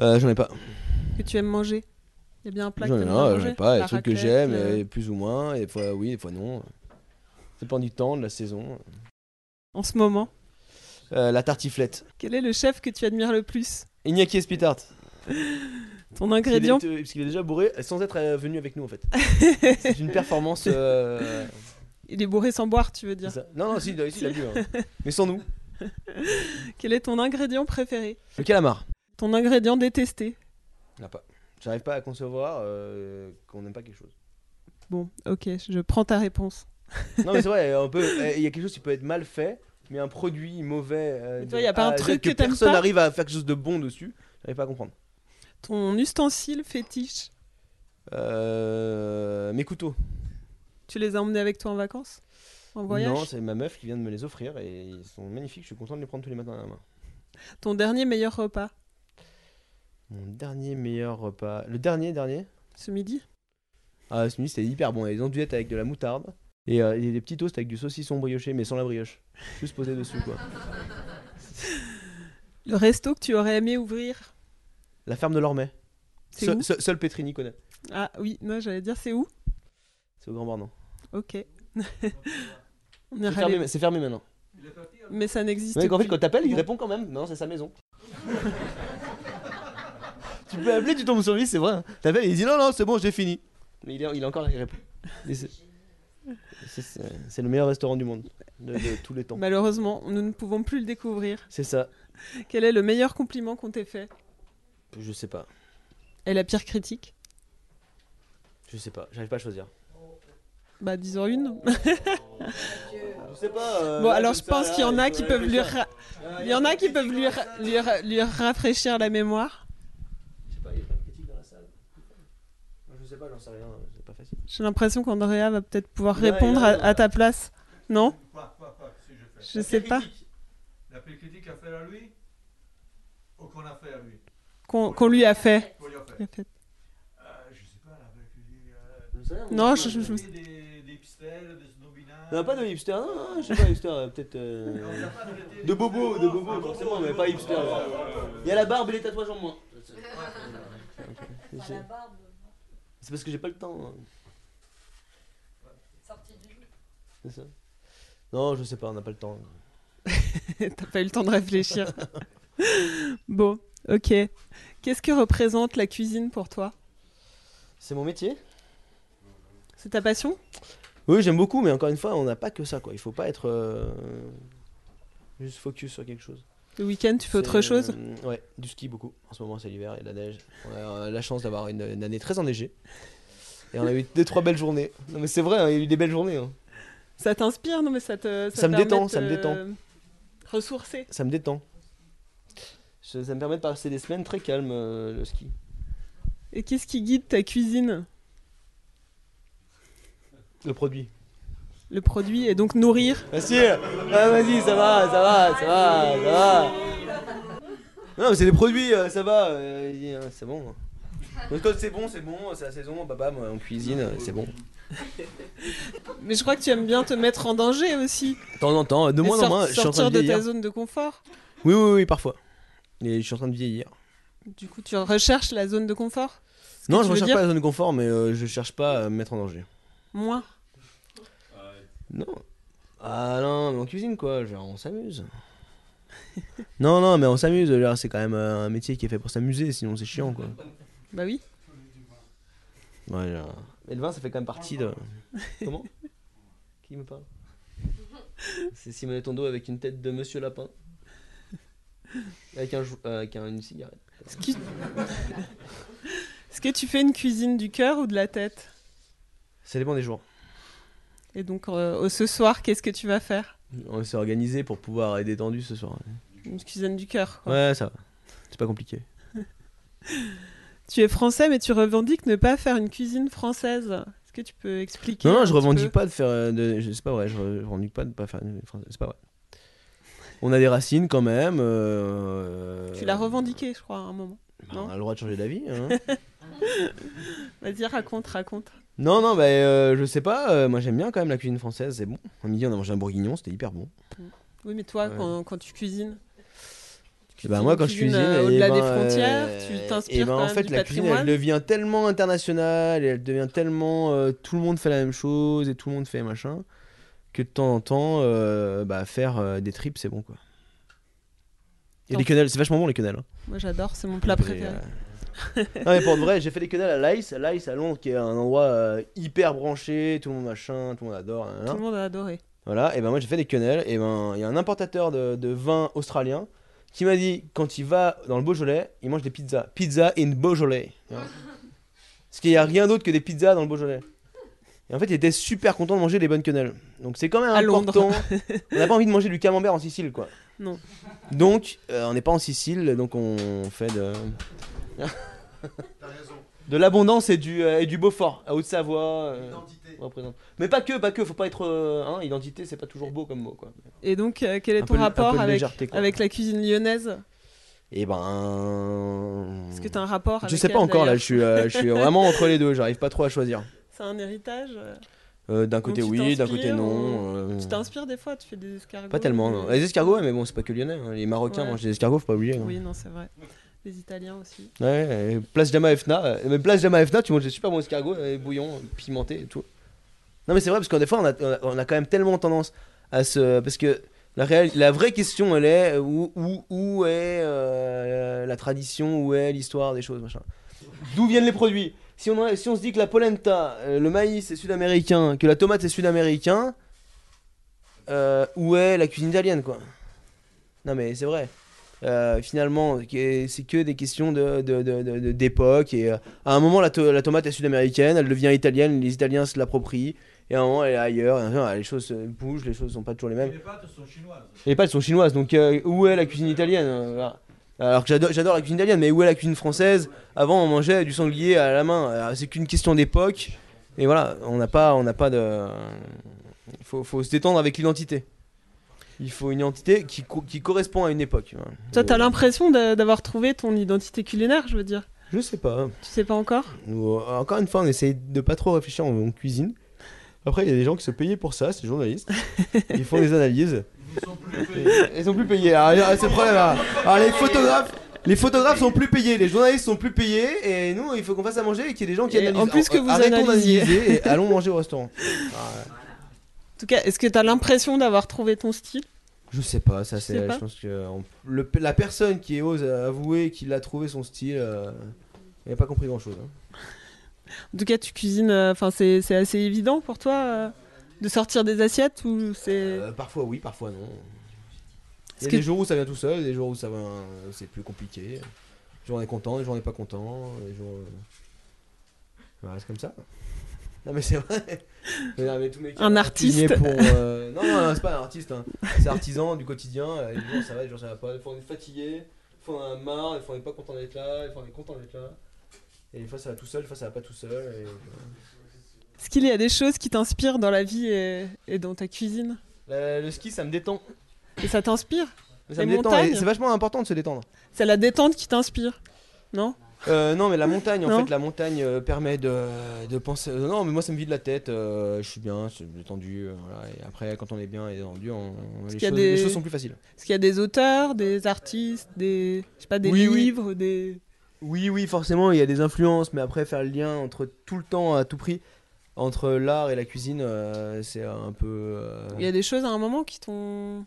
D: Euh, j'en ai pas.
C: que tu aimes manger Il y a bien un plat
D: J'en
C: que
D: ai
C: tu
D: un, j'en ai pas. Il y a des trucs que j'aime,
C: euh,
D: et plus ou moins. Et des fois, oui, des fois, non. Ça dépend du temps, de la saison.
C: En ce moment,
D: Euh, la tartiflette.
C: quel est le chef que tu admires le plus
D: Iñaki Espitart.
C: Ton
D: Parce qu'il est-
C: ingrédient
D: euh, Parce qu'il est déjà bourré euh, sans être euh, venu avec nous en fait. C'est une performance. euh,
C: Il est bourré sans boire, tu veux
D: c'est
C: dire.
D: ça. Non, non, si, il a il a bu. hein. Mais sans nous.
C: Quel est ton ingrédient préféré
D: Le calamar.
C: Ton ingrédient détesté
D: N'a pas. J'arrive pas à concevoir euh, qu'on n'aime pas quelque chose.
C: Bon, ok, je prends ta réponse.
D: Non, mais c'est vrai, un peu. euh, Il y a quelque chose qui peut être mal fait, mais un produit mauvais. euh,
C: Mais toi,
D: de
C: il y a pas un
D: à Z
C: truc que
D: que
C: t'aimes
D: personne
C: pas
D: n'arrive à faire quelque chose de bon dessus. J'arrive pas à comprendre.
C: Ton ustensile fétiche,
D: Euh, mes couteaux.
C: tu les as emmenés avec toi en vacances En voyage
D: Non, c'est ma meuf qui vient de me les offrir et ils sont magnifiques. Je suis content de les prendre tous les matins à la main.
C: Ton dernier meilleur repas
D: Mon dernier meilleur repas. Le dernier, dernier
C: ce midi
D: Ah, ce midi, c'était hyper bon. Il y a des andouillettes avec de la moutarde. Et euh, il y a des petits toasts avec du saucisson brioché, mais sans la brioche. Juste posé dessus, quoi.
C: Le resto que tu aurais aimé ouvrir
D: La ferme de l'Ormet.
C: C'est
D: Seul-
C: où
D: seul- seul Petrini connaît.
C: Ah oui, moi j'allais dire c'est où
D: C'est au Grand Bornand.
C: Ok. On
D: C'est
C: ira
D: fermé,
C: les-
D: mais- c'est fermé maintenant.
C: Mais ça n'existe
D: Mais en fait,
C: plus.
D: quand t'appelles, il répond quand même. Non, c'est sa maison. tu peux appeler, tu tombes sur lui, c'est vrai. hein. T'appelles, il dit non, non, c'est bon, j'ai fini. Mais il est, il est encore là, il répond. Et c'est- C'est c'est- c'est le meilleur restaurant du monde, de, de tous les temps.
C: Malheureusement, nous ne pouvons plus le découvrir.
D: C'est ça.
C: Quel est le meilleur compliment qu'on t'ait fait
D: Je sais pas.
C: Et la pire critique
D: Je sais pas. J'arrive pas à choisir.
C: Bah disons une.
D: Euh, Je sais pas. euh,
C: Bon alors je pense qu'il y en a qui peuvent lui ra-
D: Ah,
C: il y en a qui peuvent lui ra- lui ra- lui rafraîchir la mémoire.
D: Je sais pas, il y a plein de critiques dans la salle. Je sais pas, j'en sais rien, c'est pas facile.
C: J'ai l'impression qu'Andrea va peut-être pouvoir
D: Non, il a
C: répondre à,
D: raison.
C: à ta place. Non
F: Quoi, quoi, quoi, si je fais.
C: Je sais pas.
F: La plus critique à faire à lui ou qu'on a fait à lui
C: Qu'on qu'on lui a fait.
F: Faut lui en faire. Euh, je sais pas, la plus critique. euh,
C: Non, je, je-
F: on a
C: je-
F: mis Des, des hipsters, des snobinards.
D: Non, pas de hipster, non, non, je sais pas, hipster, euh, peut-être. euh,
F: On a pas traité
D: De bobo, de bobo, forcément, mais pas hipster. Il y a la barbe et les tatouages en moins. C'est- c'est- C'est parce que j'ai pas le temps. hein. C'est ça. Non, je sais pas, on n'a pas le temps.
C: t'as pas eu le temps de réfléchir. bon, ok. Qu'est-ce que représente la cuisine pour toi
D: C'est mon métier
C: C'est ta passion
D: Oui, j'aime beaucoup, mais encore une fois, on n'a pas que ça, quoi. Il faut pas être euh, juste focus sur quelque chose.
C: Le week-end, tu fais autre
D: C'est,
C: chose
D: euh, Ouais, du ski beaucoup. En ce moment, c'est l'hiver, il y a de la neige. On a, on a la chance d'avoir une, une année très enneigée. Et on a eu deux, trois belles journées. Non, mais c'est vrai, hein, il y a eu des belles journées. hein.
C: Ça t'inspire Non, mais ça te.
D: Ça
C: te
D: me
C: permet
D: détend,
C: de
D: ça me
C: te
D: détend.
C: Ressourcer.
D: Ça me détend. Je- ça me permet de passer des semaines très calmes, euh, le ski.
C: Et qu'est-ce qui guide ta cuisine
D: Le produit.
C: Le produit et donc nourrir
D: Facile ah, Vas-y, ça va, ça va, ça va, ça va. Non, mais c'est des produits, euh, ça va. euh, il dit, euh, c'est bon. Parce que Quand c'est bon, c'est bon, c'est la saison, papa, moi, on cuisine, euh, c'est bon.
C: Mais je crois que tu aimes bien te mettre en danger aussi.
D: De temps en temps, euh, de
C: Et
D: moins en
C: sor-
D: moins, je suis en
C: Sortir
D: train de
C: de,
D: vieillir.
C: ta zone de confort.
D: Oui, oui, oui, parfois. Et je suis en train de vieillir.
C: Du coup, tu recherches la zone de confort
D: Non,
C: que tu
D: je
C: veux
D: recherche
C: dire
D: pas la zone de confort, mais euh, je cherche pas à me mettre en danger.
C: Moins.
D: Non. Ah non, mais en cuisine quoi, genre on s'amuse. non, non, mais on s'amuse, genre, c'est quand même euh, un métier qui est fait pour s'amuser, sinon c'est chiant quoi.
C: Bah oui.
D: Ouais, genre... Et le vin, ça fait quand même partie de. Comment Qui me parle C'est Simone Tondo avec une tête de Monsieur Lapin. Avec, un, jou- euh, avec un- une cigarette.
C: Est-ce que... Est-ce que tu fais une cuisine du cœur ou de la tête
D: Ça dépend des jours.
C: Et donc, euh, au ce soir, qu'est-ce que tu vas faire
D: On s'est organisé pour pouvoir être détendu ce soir.
C: Une cuisine du cœur. quoi.
D: Ouais, ça va. C'est pas compliqué.
C: Tu es français, mais tu revendiques ne pas faire une cuisine française. Est-ce que tu peux expliquer
D: Non, non,
C: un
D: je
C: petit
D: revendique
C: peu
D: pas de faire. euh, De, je- c'est pas vrai, je re- je revendique pas de pas faire une française. C'est pas vrai. On a des racines quand même. euh,
C: Tu l'as revendiqué, je crois, à un moment.
D: bah,
C: non
D: on a le droit de changer d'avis. hein.
C: Vas-y, raconte, raconte.
D: non, non, bah, euh, je sais pas. euh, moi, j'aime bien quand même la cuisine française. C'est bon. Au midi, on a mangé un bourguignon, c'était hyper bon.
C: Oui, mais toi,
D: Ouais.
C: quand, quand tu cuisines,
D: Et bah, moi, quand je
C: cuisines,
D: cuisine.
C: euh,
D: eh
C: au-delà
D: ben,
C: des frontières,
D: euh,
C: tu
D: eh
C: t'inspires
D: ben,
C: quand
D: en
C: même
D: fait,
C: du
D: la cuisine, elle
C: patrimoine.
D: devient tellement internationale, et elle devient tellement. euh, tout le monde fait la même chose et tout le monde fait machin, que de temps en temps, euh, bah, faire euh, des tripes, c'est bon quoi. Et
C: Tant-
D: les quenelles, c'est vachement bon les quenelles. hein.
C: Moi, j'adore, c'est mon plat
D: Et,
C: préféré.
D: euh, Non, mais pour de vrai, j'ai fait les quenelles à Lice. Lice à Londres, qui est un endroit euh, hyper branché, tout le monde machin, tout le monde adore. hein, hein.
C: Tout le monde a adoré.
D: Voilà, et ben moi j'ai fait des quenelles, et ben il y a un importateur de, de vin australien qui m'a dit quand il va dans le Beaujolais, il mange des pizzas. Pizza in Beaujolais. Voilà. Parce qu'il n'y a rien d'autre que des pizzas dans le Beaujolais. Et en fait, il était super content de manger des bonnes quenelles. Donc c'est quand même
C: À Londres.
D: important. on n'a pas envie de manger du camembert en Sicile, quoi.
C: Non.
D: Donc euh, on n'est pas en Sicile, donc on fait de.
F: T'as raison.
D: De l'abondance et du, euh, et du Beaufort, à Haute-Savoie. euh,
F: Identité.
D: on représente. Mais pas que, pas que, faut pas être. euh, hein, identité, c'est pas toujours beau comme mot, quoi.
C: Et donc, euh, quel est
D: Un
C: ton
D: peu de- un
C: rapport
D: peu de
C: avec,
D: légèreté, quoi.
C: avec la cuisine lyonnaise
D: Et Eh ben.
C: Est-ce que tu as un rapport avec
D: Je sais
C: elle,
D: pas encore là,
C: d'ailleurs
D: je suis, euh, je suis vraiment entre les deux, j'arrive pas trop à choisir.
C: C'est un héritage euh,
D: Euh, d'un côté
C: tu
D: oui, d'un côté
C: t'inspires
D: non. euh,
C: Tu t'inspires des fois, tu fais des escargots.
D: Pas tellement, non. Les escargots, ouais, mais bon, c'est pas que lyonnais, hein. les marocains
C: Ouais.
D: mangent des escargots, faut pas oublier. hein.
C: Oui, non, c'est vrai. Les Italiens aussi.
D: Ouais, et place Jama et Fna, euh, mais place Jama et Fna, tu manges des super bons escargots, euh, bouillons, pimentés et tout. Non mais c'est vrai, parce qu'en des fois, on a, on a- on a quand même tellement tendance à se... Parce que la, réelle- la vraie question, elle est euh, où, où, où est euh, la tradition, où est l'histoire des choses, machin. D'où viennent les produits si on, a- si on se dit que la polenta, euh, le maïs est sud-américain, que la tomate est sud-américain, euh, où est la cuisine italienne, quoi Non mais c'est vrai. Euh, finalement, que- c'est que des questions de- de- de- de- de- d'époque. et euh, à un moment, la, to- la tomate est sud-américaine, elle devient italienne, les Italiens se l'approprient. Et à un moment, elle est ailleurs. et à un moment, les choses euh, bougent, les choses sont pas toujours les mêmes.
F: Les pâtes sont chinoises.
D: Les pâtes sont chinoises, donc euh, où est la cuisine italienne euh, voilà. Alors que j'adore j'adore la cuisine italienne, mais où est la cuisine française Avant, on mangeait du sanglier à la main. Alors, C'est qu'une question d'époque. Et voilà, on n'a pas, on n'a pas de. Il faut, faut se détendre avec l'identité. Il faut une identité qui, co- qui correspond à une époque. voilà.
C: Toi, t'as l'impression d'a- d'avoir trouvé ton identité culinaire, je veux dire.
D: Je sais pas.
C: Tu sais pas encore
D: Nous, euh, encore une fois, on essaye de pas trop réfléchir, on, on cuisine. Après, il y a des gens qui se payaient pour ça, c'est les journalistes. Ils font des analyses.
F: Ils ne sont plus
D: Et-
F: faits.
D: Elles sont plus payées. Alors, alors, c'est le problème. Alors. Alors, les photographes, les photographes sont plus payés, les journalistes sont plus payés, et nous, il faut qu'on fasse à manger et qu'il y ait des gens qui
C: Et
D: analysent.
C: en plus que vous
D: Arrêtons
C: analysiez.
D: d'analyser et allons manger au restaurant.
C: En tout cas, est-ce que t'as l'impression d'avoir trouvé ton style
D: Je sais pas, ça
C: Je
D: c'est.
C: sais
D: Je,
C: pas.
D: pense que euh, on- le- la personne qui ose avouer qu'il a trouvé son style, euh, elle n'a pas compris hein. grand chose.
C: En tout cas, tu cuisines. euh, Enfin, c'est c'est assez évident pour toi euh, de sortir des assiettes ou c'est.
D: Euh, parfois oui, parfois non. Il y
C: Euh, Est-ce
D: a
C: que-
D: des jours où ça vient tout seul, des jours où ça va, euh, c'est plus compliqué. Des jours on est content, des jours on n'est pas content, des jours. euh, voilà, c'est comme ça. Non mais c'est vrai. Mais non, mais tous mes cas,
C: Un
D: euh,
C: artiste.
D: cuisinier pour, euh, Non, non, non, c'est pas un artiste. hein. C'est artisan du quotidien. euh, Des jours ça va, des jours ça va pas. Des fois on est fatigué, des fois on en a marre, des fois on n'est pas content d'être là, des fois on est content d'être là. Et des fois ça va tout seul, des fois ça va pas tout seul. et, euh,
C: Est-ce qu'il y a des choses qui t'inspirent dans la vie et, et dans ta cuisine
D: Le, le ski ça me détend.
C: Et ça t'inspire
D: Ça
C: Les
D: me détend.
C: montagnes
D: et C'est vachement important de se détendre.
C: C'est la détente qui t'inspire Non
D: Euh, non, mais la montagne, en
C: Non.
D: fait, la montagne euh, permet de, de penser. euh, non, mais moi, ça me vide la tête. euh, je suis bien, je suis détendu. euh, voilà, et après, quand on est bien et détendu, on- les,
C: qu'il y a
D: choses,
C: des-
D: les choses sont plus faciles.
C: Est-ce qu'il y a des auteurs, des artistes, des. Je sais pas, des
D: Oui, oui.
C: livres, des.
D: Oui, oui, forcément, il y a des influences, mais après, faire le lien entre tout le temps, à tout prix, entre l'art et la cuisine, euh, c'est un peu. euh,
C: Il y a des choses à un moment qui t'ont.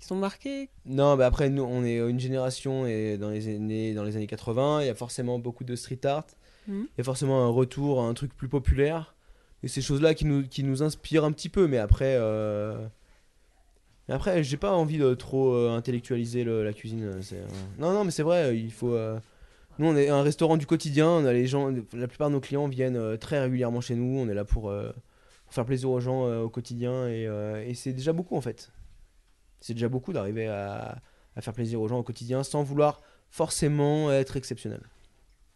C: qui sont marquées.
D: Non, mais après, nous, on est une génération et dans les années, dans les années 80, il y a forcément beaucoup de street art.
C: Mhm.
D: Il y a forcément un retour à un truc plus populaire. Et ces choses-là qui nous, qui nous inspirent un petit peu. Mais après, euh... mais après j'ai pas envie de trop euh, intellectualiser le- la cuisine. euh, c'est, euh, Non, non, mais c'est vrai, il faut. euh, Nous, on est un restaurant du quotidien. On a les gens... La plupart de nos clients viennent euh, très régulièrement chez nous. On est là pour, euh, pour faire plaisir aux gens euh, au quotidien. Et, euh, et c'est déjà beaucoup, en fait. C'est déjà beaucoup d'arriver à, à faire plaisir aux gens au quotidien sans vouloir forcément être exceptionnel.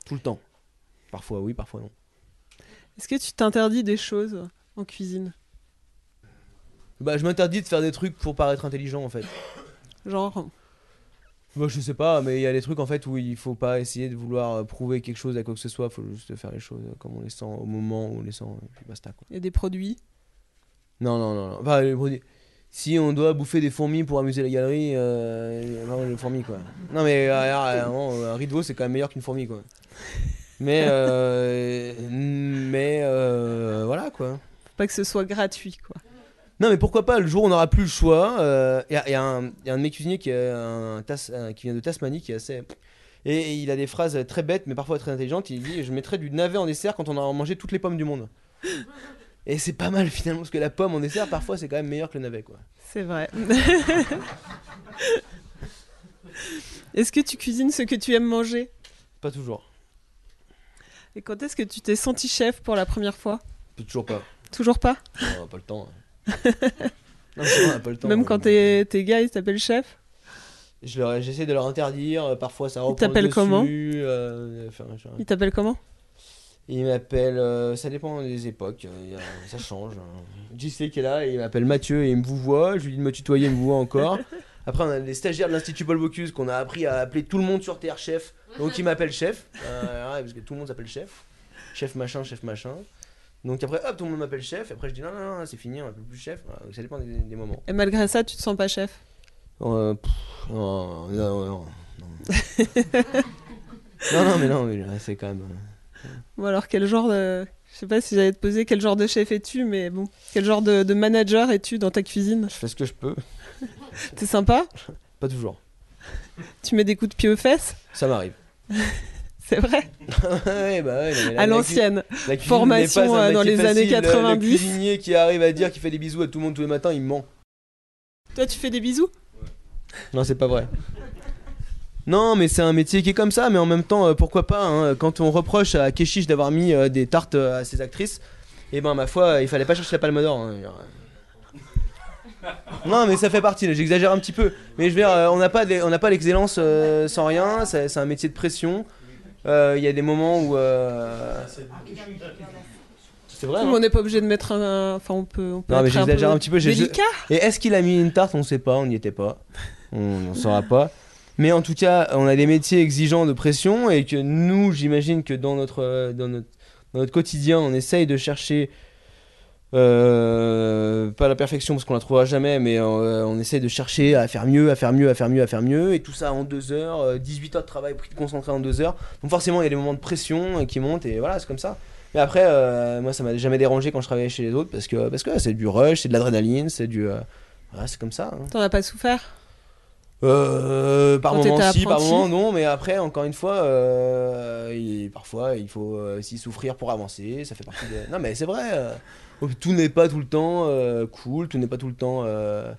D: Tout le temps. Parfois oui, parfois non.
C: Est-ce que tu t'interdis des choses en cuisine
D: Bah, je m'interdis de faire des trucs pour paraître intelligent en fait.
C: Genre.
D: Bah, je sais pas, mais il y a des trucs en fait où il faut pas essayer de vouloir euh, prouver quelque chose à quoi que ce soit, faut juste faire les choses comme on les sent au moment où on les sent, et puis basta quoi.
C: Il y a des produits.
D: Non, non, non, non. Enfin, les produits- Si on doit bouffer des fourmis pour amuser la galerie, euh... mange les fourmis quoi. Non mais euh, alors, euh, vraiment, euh, un rideau c'est quand même meilleur qu'une fourmi quoi. Mais euh... mais euh, voilà quoi.
C: Faut pas que ce soit gratuit, quoi.
D: Non mais pourquoi pas le jour où on n'aura plus le euh, choix. Il y, a- y a un y a un de mes cuisiniers qui, est un Tas- euh, qui vient de Tasmanie qui est assez Et il a des phrases très bêtes, mais parfois très intelligentes. Il dit Je mettrai du navet en dessert quand on aura mangé toutes les pommes du monde. Et c'est pas mal finalement, parce que la pomme en dessert, parfois, c'est quand même meilleur que le navet. quoi.
C: C'est vrai. est-ce que tu cuisines ce que tu aimes manger
D: Pas toujours.
C: Et quand est-ce que tu t'es senti chef pour la première fois
D: Toujours pas.
C: Toujours pas
D: On a pas le temps. hein. Non, c'est vrai, on a pas le temps.
C: Même quand tes tes gars, ils t'appellent chef
D: Je leur- J'essaie de leur interdire, euh, parfois ça reprend
C: t'appellent
D: le dessus,
C: comment
D: euh, enfin, je-
C: Ils t'appellent comment
D: Il m'appelle, euh, ça dépend des époques, euh, il y a- ça change. hein. JC qui est là, il m'appelle Mathieu et il me vous voit, je lui dis de me tutoyer, il me voit encore. Après, on a les stagiaires de l'Institut Paul Bocuse qu'on a appris à appeler tout le monde sur Terre chef, donc il m'appelle chef, euh, ouais, parce que tout le monde s'appelle chef, chef machin, chef machin. Donc après, hop, tout le monde m'appelle chef, et après je dis non, non, non, c'est fini, on m'appelle plus chef, Voilà, donc ça dépend des, des moments.
C: Et malgré ça, tu te sens pas chef
D: Euh, pff, oh, non, non, non, non. non, non, mais non, mais ouais, c'est quand même. euh,
C: Ou alors quel genre de... Je sais pas si j'allais te poser quel genre de chef es-tu, mais bon, quel genre de, de manager es-tu dans ta cuisine
D: Je fais ce que je peux,
C: T'es sympa
D: pas toujours,
C: Tu mets des coups de pied aux fesses
D: ça m'arrive.
C: C'est vrai
D: ouais, bah ouais, non, mais la-
C: À
D: la cu-
C: l'ancienne.
D: la cuisine
C: Formation,
D: n'est pas un
C: euh, dans
D: métier
C: les années
D: facile. Le-
C: 90.
D: Le cuisinier qui arrive à dire qu'il fait des bisous à tout le monde tous les matins, il ment.
C: Toi, tu fais des bisous
D: Non, c'est pas vrai. Non, mais c'est un métier qui est comme ça, mais en même temps, euh, pourquoi pas hein, Quand on reproche à Keshish d'avoir mis euh, des tartes euh, à ses actrices, et ben ma foi, euh, il fallait pas chercher la palme d'or. hein, je veux dire. Non, mais ça fait partie, là, j'exagère un petit peu. Mais je veux dire, euh, on n'a pas, des- on n'a pas l'excellence euh, sans rien, c'est c'est un métier de pression. Euh, Il y a des moments où. euh, C'est vrai, hein
C: On n'est pas obligé de mettre un... Enfin, on peut... On peut
D: Non, mais
C: être un,
D: j'exagère
C: peu
D: un petit peu, j'ai-
C: Délicat
D: Et est-ce qu'il a mis une tarte On sait pas, on n'y était pas. On n'en saura pas. Mais en tout cas, on a des métiers exigeants de pression et que nous, j'imagine que dans notre, euh, dans notre, dans notre quotidien, on essaye de chercher. euh, pas la perfection parce qu'on la trouvera jamais, mais euh, on essaye de chercher à faire mieux, à faire mieux, à faire mieux, à faire mieux, et tout ça en deux heures, euh, 18 heures de travail pris concentré en deux heures. Donc forcément, il y a des moments de pression euh, qui montent, et voilà, c'est comme ça. Mais après, euh, moi, ça m'a jamais dérangé quand je travaillais chez les autres parce que parce que c'est du rush, c'est de l'adrénaline, c'est du. euh, voilà, c'est comme ça. hein.
C: T'en as pas souffert
D: Euh, par
C: Quand
D: moment
C: t'étais
D: si, par
C: apprenti.
D: moment non, mais après, encore une fois, euh, il- parfois il faut euh, s'y souffrir pour avancer, ça fait partie de. Non, mais c'est vrai, euh, tout n'est pas tout le temps euh, cool, tout n'est pas tout le temps. euh,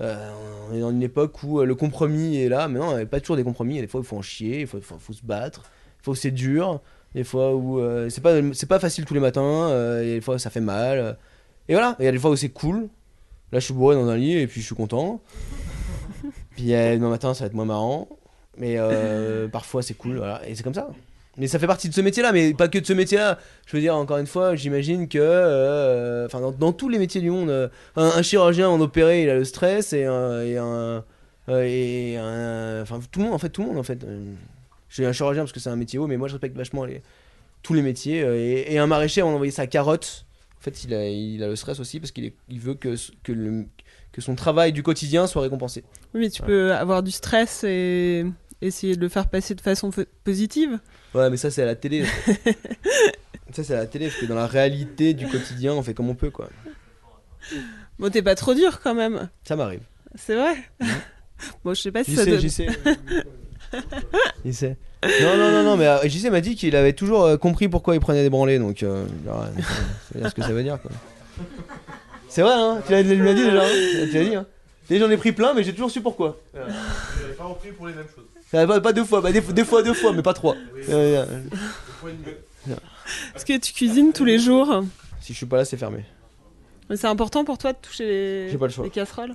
D: euh, on est dans une époque où euh, le compromis est là, mais non, il n'y a pas toujours des compromis, il y a des fois où il faut en chier, il faut, faut- faut se battre, il faut que c'est dur, des fois où euh, c'est pas, c'est pas facile tous les matins, euh, il y a des fois où ça fait mal, euh, et voilà, il y a des fois où c'est cool. Là, je suis bourré dans un lit et puis je suis content. Puis euh, demain matin, ça va être moins marrant. Mais euh, parfois, c'est cool, voilà. Et c'est comme ça. Mais ça fait partie de ce métier-là, mais pas que de ce métier-là. Je veux dire, encore une fois, j'imagine que. euh, Enfin, dans, dans tous les métiers du monde, euh, un, un chirurgien en opéré, il a le stress et un. et un- euh, et un- Enfin, tout le monde, en fait, tout le monde, en fait. Euh, Je suis un chirurgien parce que c'est un métier haut, mais moi, je respecte vachement les, tous les métiers. euh, Et, et un maraîcher, on envoyait sa carotte. En fait, il a, il a le stress aussi parce qu'il est- il veut que, ce- que, le, que son travail du quotidien soit récompensé.
C: Oui, mais tu peux avoir du stress et essayer de le faire passer de façon fe- positive.
D: Ouais, mais ça, c'est à la télé. ça, c'est à la télé, parce que dans la réalité du quotidien, on fait comme on peut, quoi.
C: Bon, t'es pas trop dur quand même.
D: Ça m'arrive.
C: C'est vrai Bon, je sais pas si
D: J'y
C: ça
D: Mmh. sais,
C: donne...
D: j'y sais. J'y sais. Non, non, non, non, mais euh, JC m'a dit qu'il avait toujours euh, compris pourquoi il prenait des branlées, donc. euh, alors, euh, ça veut dire ce que ça veut dire, quoi. C'est vrai, hein Tu l'as- tu l'as dit déjà. hein tu l'as dit, hein Et J'en ai pris plein, mais j'ai toujours su pourquoi.
F: Vous n'avez pas repris pour les mêmes choses.
D: Euh, Pas, pas deux fois, bah, des, des fois, deux fois, mais pas trois. Euh, euh,
F: Des fois, une mieux.
C: Est-ce que tu cuisines tous les jours
D: si je suis pas là, c'est fermé.
C: Mais c'est important pour toi de toucher les,
D: J'ai pas le choix.
C: les casseroles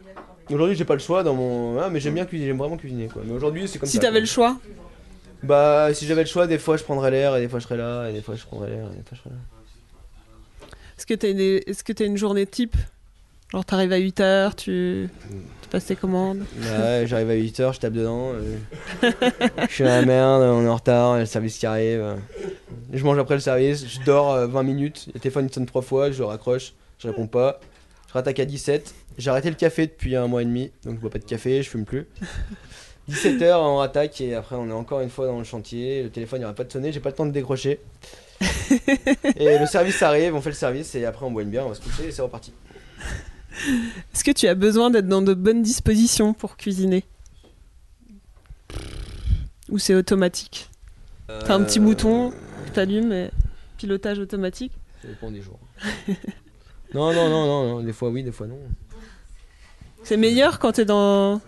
D: Aujourd'hui, j'ai pas le choix dans mon. Ah, mais j'aime bien cuisiner, j'aime vraiment cuisiner, quoi. Mais aujourd'hui, c'est comme
C: Si
D: ça, quoi.
C: t'avais le choix,
D: Bah, si j'avais le choix, des fois je prendrais l'air, et des fois je serais là, et des fois je prendrais l'air, et des fois je serais là.
C: est-ce que t'as une, est-ce que t'as une journée type Genre t'arrives à 8h, tu... tu passes tes commandes.
D: Bah ouais, j'arrive à 8h, je tape dedans. euh, je suis dans la merde, on est en retard, il y a le service qui arrive. euh, Je mange après le service, je dors euh, 20 minutes, le téléphone il sonne 3 fois, je le raccroche, je réponds pas. Je rattaque à 17. J'ai arrêté le café depuis un mois et demi, donc je bois pas de café, je fume plus. 17h, on rattaque et après on est encore une fois dans le chantier. Le téléphone il aura pas de sonner, j'ai pas le temps de décrocher. et le service arrive, on fait le service et après on boit une bière, on va se coucher et c'est reparti.
C: Est-ce que tu as besoin d'être dans de bonnes dispositions pour cuisiner Ou c'est automatique T'as un petit
E: Euh,
C: bouton, t'allumes et pilotage automatique.
D: Ça dépend des jours. non, non, non, non, non, des fois oui, des fois non.
C: C'est meilleur quand t'es dans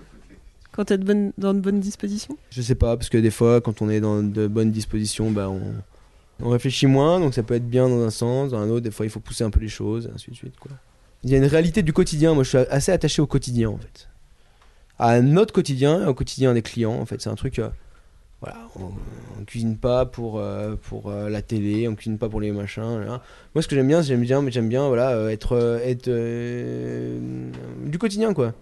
C: quand t'es de bonne... dans de bonnes dispositions.
D: Je sais pas, parce que des fois, quand on est dans de bonnes dispositions, bah, on, on réfléchit moins, donc ça peut être bien dans un sens, dans un autre, des fois il faut pousser un peu les choses, et ainsi de suite. Quoi. Il y a une réalité du quotidien, moi je suis assez attaché au quotidien en fait. À notre quotidien, et au quotidien des clients en fait, c'est un truc. euh, voilà, on, on cuisine pas pour, euh, pour euh, la télé, on cuisine pas pour les machins. là. Moi ce que j'aime bien, c'est j'aime bien, mais j'aime bien voilà, euh, être, euh, être euh, du quotidien quoi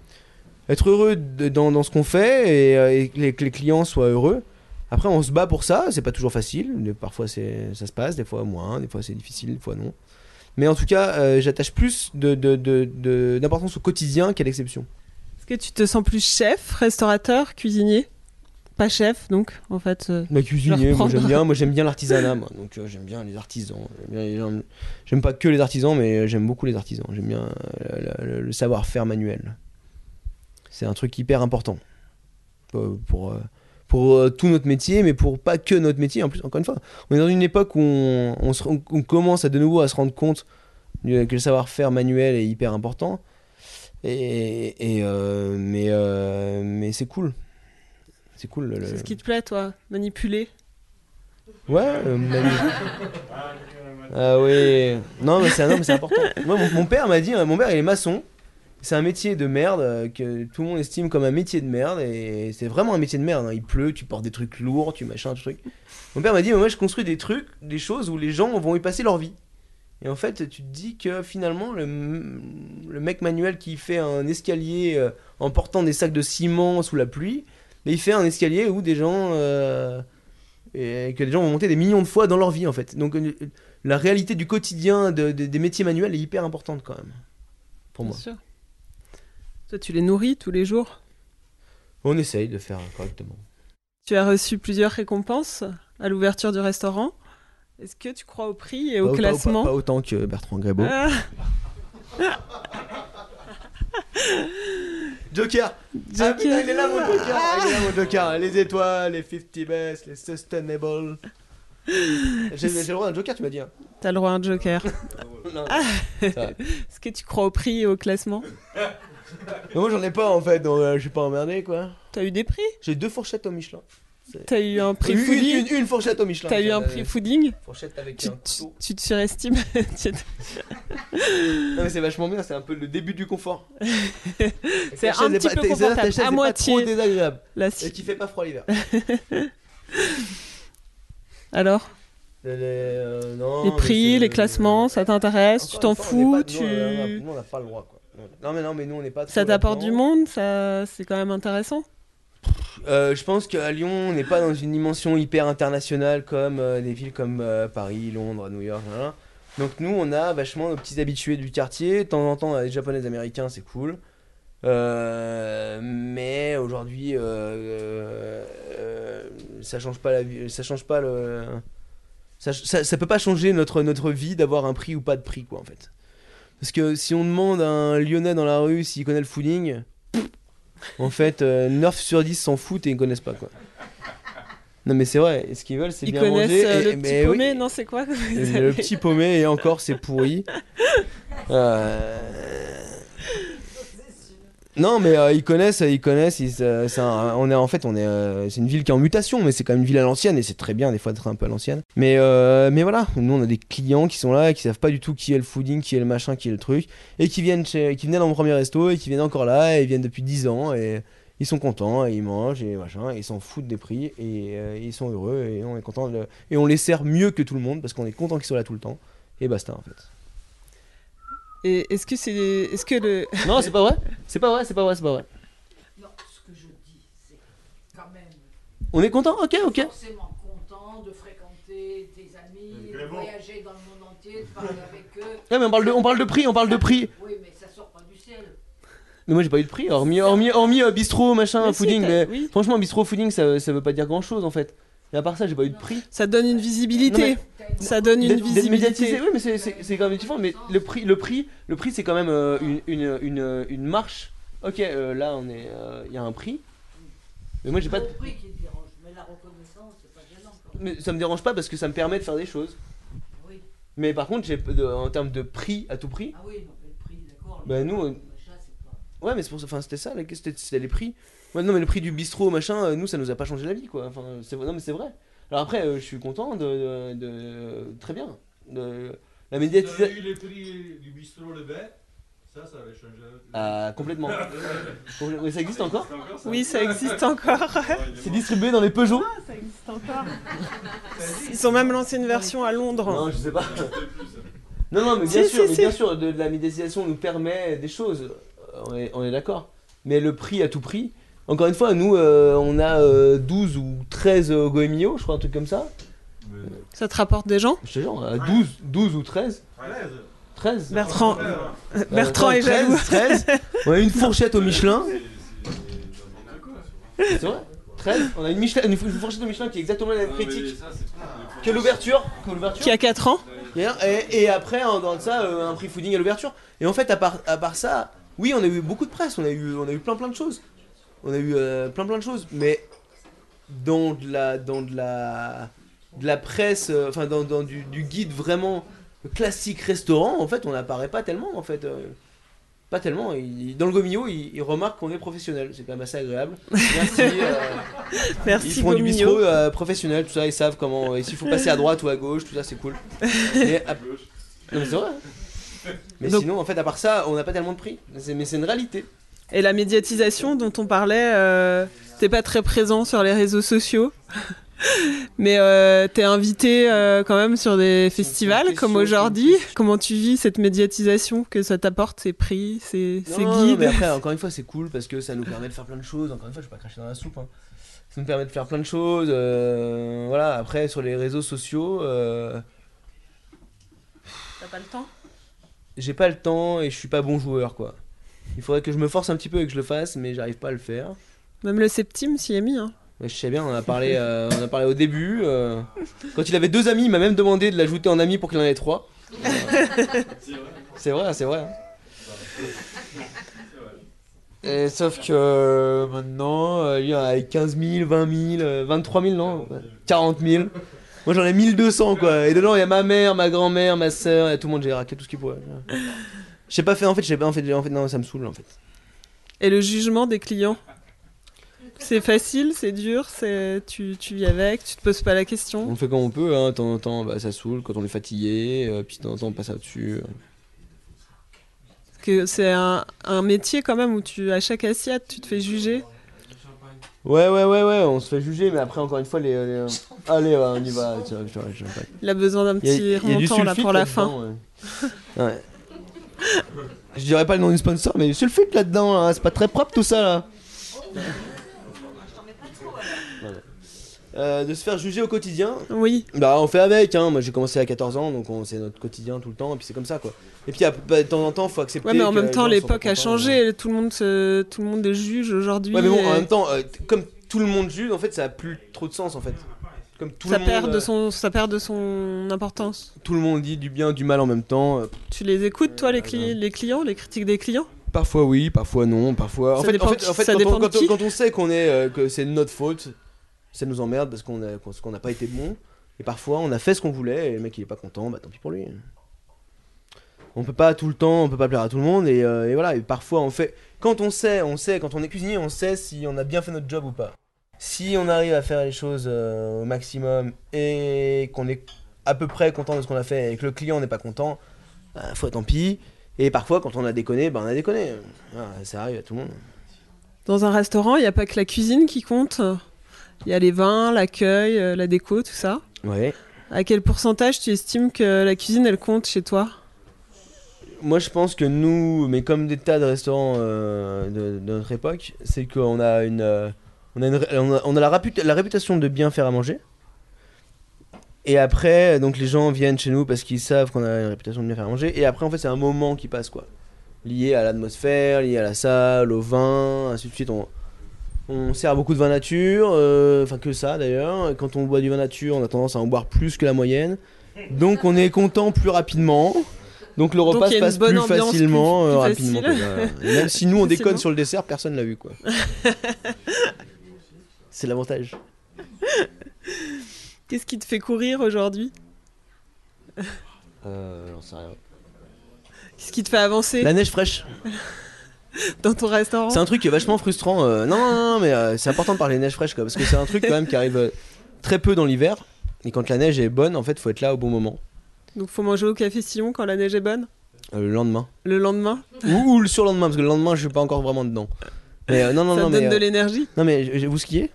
D: être heureux de- dans, dans ce qu'on fait et, euh, et que, les, que les clients soient heureux. Après, on se bat pour ça, c'est pas toujours facile. mais Parfois, c'est- ça se passe, des fois moins, des fois c'est difficile, des fois non. Mais en tout cas, euh, j'attache plus de- de- de- de- d'importance au quotidien qu'à l'exception.
C: Est-ce que tu te sens plus chef, restaurateur, cuisinier Pas chef, donc en fait. euh,
D: La cuisinier, moi
C: reprendre.
D: j'aime bien, moi j'aime bien l'artisanat, moi. Donc euh, j'aime bien les artisans. J'aime bien les gens- J'aime pas que les artisans, mais euh, j'aime beaucoup les artisans. J'aime bien euh, la- la- le, savoir-faire manuel. C'est un truc hyper important pour pour, euh, pour, euh, tout notre métier, mais pour pas que notre métier. En plus, encore une fois, on est dans une époque où on, on se rend- on commence à de nouveau à se rendre compte du- que le savoir-faire manuel est hyper important. Et, et, euh, mais euh, mais c'est cool. C'est cool. le- le-
C: C'est ce qui te plaît, toi, manipuler.
D: Ouais, euh, Manu. Ah oui. Non, mais c'est, non, mais c'est important. Moi, mon, mon père m'a dit, hein, mon père il est maçon. C'est un métier de merde euh, que tout le monde estime comme un métier de merde et c'est vraiment un métier de merde. hein. Il pleut, tu portes des trucs lourds, tu machin, des trucs. Mon père m'a dit, mais moi je construis des trucs, des choses où les gens vont y passer leur vie. Et en fait, tu te dis que finalement, le, m- le mec manuel qui fait un escalier euh, en portant des sacs de ciment sous la pluie, mais il fait un escalier où des gens euh, et que les gens vont monter des millions de fois dans leur vie en fait. Donc euh, la réalité du quotidien de- de- des métiers manuels est hyper importante quand même pour moi.
C: Bien sûr. Toi, tu les nourris tous les jours.
D: On essaye de faire correctement.
C: Tu as reçu plusieurs récompenses à l'ouverture du restaurant. Est-ce que tu crois au prix et au
D: Bah, Pas- pas-
C: classement
D: pas, pas autant que Bertrand Grébeau.
C: Ah,
D: Joker
C: Joker.
D: Ah
C: Ah.
D: putain, il est là mon Joker Il est là mon Joker Les étoiles, les 50 best, les sustainable. J'ai, j'ai le droit d'un Joker, tu m'as dit. hein. Ah.
C: T'as le droit à un joker.
D: Non.
C: Est-ce que tu crois au prix et au classement
D: Mais moi j'en ai pas en fait, donc euh, je suis pas emmerdé quoi.
C: T'as eu des prix
D: J'ai deux fourchettes au Michelin.
C: T'as eu un prix
D: une,
C: fooding
D: une- une fourchette au Michelin.
C: T'as eu
D: Ça,
C: un
D: euh,
C: prix fooding
D: Fourchette avec
C: tu,
D: un
C: tu-
D: couteau.
C: tu te surestimes Tu te-
D: Non mais c'est vachement bien, c'est un peu le début du confort.
C: C'est
D: Ta chaise
C: un
D: est
C: petit peu
D: pas- ta- c'est-à-dire ta
C: confortable,
D: chaise est
C: à
D: pas trop
C: moitié.
D: désagréable
C: La
D: et
C: scie.
D: qui fait pas froid l'hiver.
C: Alors,
D: Les, les, euh, non,
C: les
D: mais
C: prix,
D: c'est-
C: les classements, ça t'intéresse
D: Encore
C: Tu t'en
D: une fois, on
C: fous
D: n'est pas-
C: tu...
D: nous, on a- nous, on n'a pas le droit quoi. Non mais non mais nous on n'est pas.
C: Ça
D: trop
C: t'apporte du
D: là-dedans.
C: monde ça... C'est quand même intéressant.
D: Euh, je pense qu'à Lyon, on n'est pas dans une dimension hyper internationale comme euh, des villes comme euh, Paris, Londres, New York. voilà. Donc nous, on a vachement nos petits habitués du quartier. De temps en temps, on a des Japonais, des Américains, c'est cool. Euh, mais aujourd'hui, euh, euh, euh, ça change pas la vie, ça change pas le, ça, ça, ça peut pas changer notre notre vie d'avoir un prix ou pas de prix quoi en fait. Parce que si on demande à un Lyonnais dans la rue s'il connaît le fooling, en fait, euh, 9 sur 10 s'en foutent et ils connaissent pas quoi. Non mais c'est vrai, et ce qu'ils veulent c'est
C: Ils
D: bien
C: connaissent
D: manger
C: euh,
D: et-
C: le
D: et-
C: petit
D: mais oui,
C: paumé, non c'est quoi que vous
D: et
C: avez
D: le petit paumé et encore c'est pourri. Euh, Non mais euh, ils connaissent, ils connaissent. ils, euh, c'est un- on est en fait, on est, euh, c'est une ville qui est en mutation, mais c'est quand même une ville à l'ancienne et c'est très bien des fois d'être un peu à l'ancienne. Mais euh, mais voilà, nous on a des clients qui sont là et qui savent pas du tout qui est le fooding, qui est le machin, qui est le truc, et qui viennent chez, qui venaient dans mon premier resto et qui viennent encore là et ils viennent depuis 10 ans et ils sont contents et ils mangent et machin, et ils s'en foutent des prix et euh, ils sont heureux et on est content de- et on les sert mieux que tout le monde parce qu'on est content qu'ils soient là tout le temps et basta en fait.
C: Et est-ce que c'est est-ce que le
D: Non, c'est pas vrai. C'est pas vrai, c'est pas vrai, c'est pas vrai. On est content Ok, ok.
G: forcément content de fréquenter des amis, de voyager dans le monde entier, de parler avec eux.
D: Ouais, mais on parle de, on parle de prix, on parle de prix.
G: Oui, mais ça sort pas du ciel.
D: Mais moi j'ai pas eu de prix, hormis, hormis, hormis euh, bistrot, machin,
C: Mais si,
D: fooding.
C: t'as-
D: mais
C: oui.
D: franchement, bistrot, fooding, ça, ça veut pas dire grand chose en fait. Et à part ça, j'ai pas eu de prix.
C: ça donne une visibilité Ça donne une
D: D'être- d'être médiatisé,
C: visibilité.
D: oui, mais c'est- c'est c'est quand même différent. Mais le prix, le prix, le prix, c'est quand même euh, une, une, une, une euh, marche. Ok, euh, là, on est, il y a un prix. Mais moi j'ai pas de
G: Le prix qui te dérange, mais la reconnaissance, c'est pas gênant. quoi.
D: Mais ça me dérange pas parce que ça me permet de faire des choses.
G: Oui.
D: Mais par contre, j'ai de- en termes de prix à tout prix.
G: Ah oui, non, mais le prix, d'accord.
D: Bah,
G: le-
D: nous, on-
G: le machin, c'est pas-
D: Ouais, mais c'est pour ça. Enfin, c'était ça. la- C'était c'était les prix. Ouais, non, mais le prix du bistrot, machin, euh, nous, ça nous a pas changé la vie, quoi. Enfin, c'est non, mais c'est vrai. Alors après, euh, je suis content de, de- de- très bien. De, la
F: Vous avez
D: médiatisation.
F: eu les prix du bistrot Le Bay, ça, ça avait changé. Euh,
D: Ah, complètement. Complètement. Mais ça existe encore
C: Oui, ça existe encore.
D: C'est distribué dans les Peugeot
C: ça existe encore. Ils ont même lancé une version à Londres.
D: Non, je sais pas. Non, non, mais bien
C: Oh. Si,
D: sûr,
C: si,
D: mais
C: si.
D: bien sûr, de, de la médiatisation nous permet des choses. Euh, On est, on est d'accord. Mais le prix à tout prix. Encore une fois, nous, euh, on a euh, 12 ou 13 euh, Goemio, je crois, un truc comme ça.
C: Ça te rapporte des gens
D: Je te jure, on a 12, 12 ou 13. 13
C: Bertrand,
D: Euh,
C: Bertrand est
D: 13,
C: jaloux.
D: 13. On a une fourchette au Michelin.
F: C'est
D: C'est vrai 13. On a une, Michelin, une fou- une fourchette au Michelin qui est exactement la même critique que l'ouverture. Que l'ouverture.
C: qui a 4 ans.
D: Et, hein, et- et après, en dehors de ça, euh, un prix fooding à l'ouverture. Et en fait, à part, à part ça, oui, on a eu beaucoup de presse, on a eu, on a eu plein plein de choses. On a eu euh, plein plein de choses, mais dans de la, dans de la, de la presse, euh, enfin, dans, dans du, du guide vraiment classique restaurant, en fait, on n'apparaît pas tellement, en fait. euh, pas tellement. Il- dans le Gomio, il, il remarque qu'on est professionnel. C'est quand même assez agréable. Merci. euh, ils
C: Merci
D: font du bistrot
C: Gomio.
D: euh, professionnel, tout ça, ils savent comment. Et s'il faut passer à droite ou à gauche, tout ça, c'est cool. Mais, à- Non, mais c'est vrai. Mais
C: Donc-
D: sinon, en fait, à part ça, on n'a pas tellement de prix. Mais c'est- Mais c'est une réalité.
C: Et la médiatisation dont on parlait, euh, t'es pas très présent sur les réseaux sociaux. Mais euh, t'es invité euh, quand même sur des festivals
D: question,
C: comme
D: c'est une
C: aujourd'hui. Comment tu vis cette médiatisation que ça t'apporte, ces prix, ces, ces
D: Non, non,
C: guides
D: mais après, encore une fois, c'est cool parce que ça nous permet de faire plein de choses. Encore une fois, je vais pas cracher dans la soupe. hein. Ça nous permet de faire plein de choses. euh, voilà, après, sur les réseaux sociaux, euh,
C: T'as pas le temps
D: j'ai pas le temps et je suis pas bon joueur, quoi. Il faudrait que je me force un petit peu et que je le fasse, mais j'arrive pas à le faire.
C: Même le septime s'y est mis. Hein.
D: Ouais, Je sais bien, on en a parlé, euh, on en a parlé au début. euh, quand il avait deux amis, il m'a même demandé de l'ajouter en ami pour qu'il en ait trois. c'est vrai, c'est vrai. Et sauf que euh, maintenant, euh, lui, il y en a 15 000, 20 000, euh, 23 000, non 40 000. Moi j'en ai 1200 quoi. Et dedans, il y a ma mère, ma grand-mère, ma soeur, il y a tout le monde, j'ai raqué tout ce qu'il pourrait. J'ai pas fait, en fait, j'ai pas en fait, en fait, non, ça me saoule en fait.
C: Et le jugement des clients C'est facile, c'est dur, c'est tu, tu vis avec, tu te poses pas la question.
D: On fait comme on peut, hein. de temps en temps bah, ça saoule quand on est fatigué, euh, puis de temps en temps on passe au-dessus. euh.
C: Parce que c'est un, un métier quand même où tu à chaque assiette tu te fais juger.
D: Ouais, ouais, ouais, ouais, on se fait juger, mais après encore une fois, les. les- Allez, ouais, on y va, tiens, tiens, tiens, tiens.
C: Il a besoin d'un petit remontant là pour la fin.
D: là-dedans, ouais. Ouais. Je dirais pas le nom du sponsor, mais il y a du sulfite là-dedans, là, c'est pas très propre tout ça là. Voilà. Euh, de se faire juger au quotidien,
C: Oui,
D: Bah on fait avec, hein. moi j'ai commencé à 14 ans donc on- c'est notre quotidien tout le temps et puis c'est comme ça quoi. Et puis à- bah, de temps en temps faut accepter.
C: ouais, mais en
D: que
C: même
D: les
C: temps
D: gens sont
C: l'époque
D: pas
C: a
D: contents, hein.
C: changé, tout le monde se- tout le monde les juge aujourd'hui.
D: Ouais mais bon
C: et
D: en même temps euh, t- comme tout le monde juge en fait ça a plus trop de sens en fait. Comme tout
C: ça
D: le
C: perd
D: monde,
C: de
D: euh,
C: son ça perd de son importance.
D: tout le monde dit du bien du mal en même temps. euh,
C: Tu les écoutes toi les, cli- les clients, les critiques des clients
D: Parfois oui, parfois non, parfois. En
C: Ça
D: fait,
C: dépend
D: en fait-
C: qui-
D: en fait,
C: ça
D: quand,
C: dépend
D: on,
C: de
D: quand on-
C: qui.
D: quand on sait qu'on est euh, que c'est de notre faute, ça nous emmerde parce qu'on a qu'on- qu'on n'a pas été bon. Et parfois, on a fait ce qu'on voulait et le mec il est pas content, bah tant pis pour lui. On peut pas tout le temps, on peut pas plaire à tout le monde et, euh, et voilà. Et parfois, on fait. Quand on sait, on sait. Quand on est cuisinier, on sait si on a bien fait notre job ou pas. Si on arrive à faire les choses euh, au maximum et qu'on est à peu près content de ce qu'on a fait et que le client n'est pas content, bah, faut tant pis. Et parfois, quand on a déconné, ben on a déconné. Ah, ça arrive à tout le monde.
C: Dans un restaurant, il n'y a pas que la cuisine qui compte. Il y a les vins, l'accueil, euh, la déco, tout ça.
D: Ouais.
C: À quel pourcentage tu estimes que la cuisine elle compte chez toi
D: Moi, je pense que nous, mais comme des tas de restaurants euh, de, de notre époque, c'est qu'on a une, euh, on a, une ré- on a- on a la, réputa- la réputation de bien faire à manger. Et après, donc les gens viennent chez nous parce qu'ils savent qu'on a une réputation de bien faire à manger. Et après, en fait, c'est un moment qui passe, quoi. Lié à l'atmosphère, lié à la salle, au vin, ainsi de suite. On, on sert beaucoup de vin nature, euh, enfin que ça d'ailleurs. Quand on boit du vin nature, on a tendance à en boire plus que la moyenne. Donc on est content plus rapidement. Donc le
C: Donc,
D: repas
C: il y a
D: se
C: une
D: passe
C: bonne
D: plus
C: ambiance, plus-
D: facilement,
C: plus
D: euh,
C: facile.
D: rapidement. quoi. Voilà. Même si nous on déconne
C: Facilement.
D: sur le dessert, personne l'a vu quoi. C'est l'avantage.
C: Qu'est-ce qui te fait courir aujourd'hui
D: Euh, j'en sais rien.
C: Qu'est-ce qui te fait avancer
D: La neige fraîche.
C: dans ton restaurant
D: C'est un truc qui est vachement frustrant. euh, non, non, non, non, mais euh, c'est important de parler de neige fraîche, quoi, parce que c'est un truc quand même qui arrive euh, très peu dans l'hiver. Et quand la neige est bonne, en fait, faut être là au bon moment,
C: Donc faut manger au café Sillon quand la neige est bonne
D: euh, le lendemain.
C: Le lendemain
D: Ou, ou le surlendemain, parce que le lendemain, je suis pas encore vraiment dedans. Mais euh, non, non,
C: Ça
D: non,
C: te donne
D: mais,
C: de
D: euh,
C: l'énergie
D: non, mais je- je- vous skiez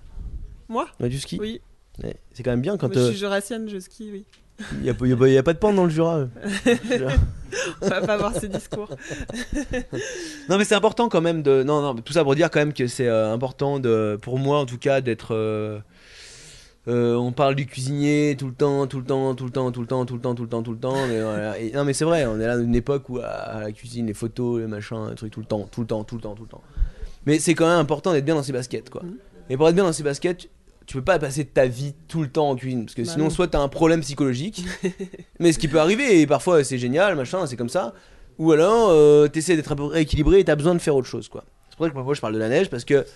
C: Moi
D: On a du ski
C: Oui.
D: Ouais, Eh, C'est quand même bien quand euh,
C: Moi, je suis jurassienne, je skie, oui.
D: il n'y a, y a pas- y a pas de pente dans le Jura. euh.
C: On va pas avoir ces discours.
D: Non mais c'est important quand même de non non mais tout ça pour dire quand même que c'est euh, important de pour moi en tout cas d'être euh, euh, on parle du cuisinier tout le temps tout le temps tout le temps tout le temps tout le temps tout le temps tout le temps mais voilà. Et- non mais c'est vrai on est là dans une époque où à, à la cuisine les photos les machins les trucs tout le temps tout le temps tout le temps tout le temps mais c'est quand même important d'être bien dans ses baskets quoi
C: Mhm.
D: et pour être bien dans ses baskets tu peux pas passer ta vie tout le temps en cuisine parce que
C: Bah
D: sinon
C: non.
D: soit t'as un problème psychologique mais ce qui peut arriver et parfois c'est génial machin c'est comme ça ou alors, euh, t'essaies d'être à peu près équilibré et t'as besoin de faire autre chose, quoi. C'est pour ça que parfois je parle de la neige parce que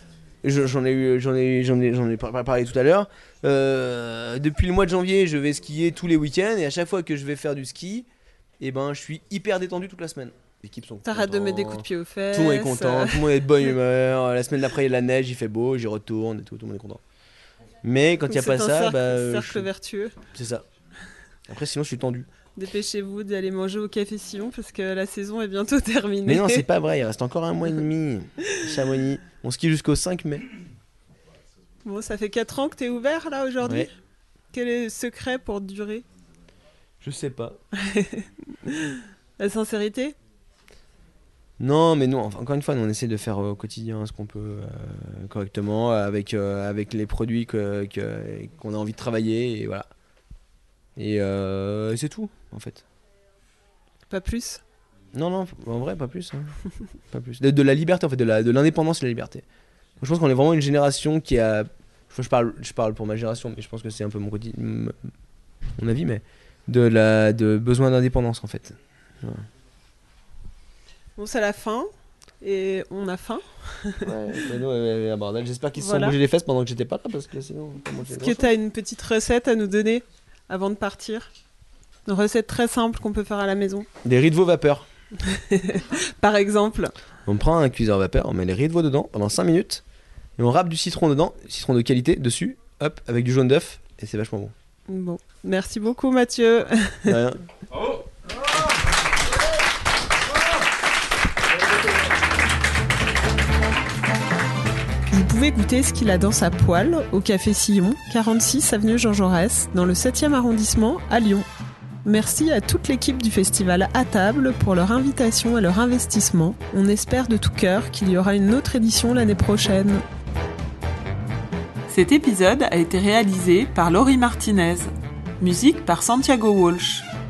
D: je- j'en ai eu, j'en ai, j'en ai, j'en ai par- par- parlé tout à l'heure. Euh, depuis le mois de janvier, je vais skier tous les week-ends et à chaque fois que je vais faire du ski, eh ben, je suis hyper détendu toute la semaine. Les équipes sont
C: T'arrêtes de mettre des coups de
D: contents,
C: pied aux fesses. Euh,
D: Tout le monde est content, tout le monde est de bonne humeur. La semaine d'après, il y a de la neige, il fait beau, j'y retourne et tout, tout le monde est content. Mais quand il n'y a pas ça,
C: cercle,
D: bah, euh,
C: cercle
D: je-
C: vertueux.
D: c'est ça. Après, sinon, je suis tendu.
C: Dépêchez-vous d'aller manger au café Sillon parce que la saison est bientôt terminée.
D: Mais non, c'est pas vrai, il reste encore un mois et demi. Chamonix, on skie jusqu'au 5 mai.
C: Bon, ça fait 4 ans que t'es ouvert là aujourd'hui.
D: Ouais.
C: Quel est le secret pour durer
D: Je sais pas.
C: La sincérité
D: Non, mais nous, enfin, encore une fois, nous, on essaie de faire euh, au quotidien ce qu'on peut euh, correctement avec, euh, avec les produits que- que- qu'on a envie de travailler et voilà. Et euh, c'est tout, en fait.
C: Pas plus
D: Non, non, en vrai, pas plus. hein. pas plus. De, de la liberté, en fait, de la- de l'indépendance et de la liberté. Je pense qu'on est vraiment une génération qui a. Je, je parle, je parle pour ma génération, mais je pense que c'est un peu mon, quotidi- m- mon avis, mais. De, la, de besoin d'indépendance, en fait.
C: Bon, c'est la fin. Et on a faim.
D: J'espère qu'ils
C: se sont Voilà. bougés
D: les fesses pendant que j'étais pas là, parce que sinon.
C: Est-ce que t'as une petite recette à nous donner avant de partir Une recette très simple qu'on peut faire à la maison.
D: Des riz de veau vapeur.
C: Par exemple,
D: On prend un cuiseur vapeur, on met les riz de veau dedans pendant 5 minutes, et on râpe du citron dedans, citron de qualité, dessus, hop, avec du jaune d'œuf, et c'est vachement bon.
C: Bon, merci beaucoup Mathieu.
D: De rien.
C: Vous pouvez goûter ce qu'il a dans sa poêle au Café Sillon, 46 avenue Jean Jaurès, dans le 7e arrondissement à Lyon. Merci à toute l'équipe du festival à table pour leur invitation et leur investissement. On espère de tout cœur qu'il y aura une autre édition l'année prochaine.
H: Cet épisode a été réalisé par Laurie Martinez. Musique par Santiago Walsh.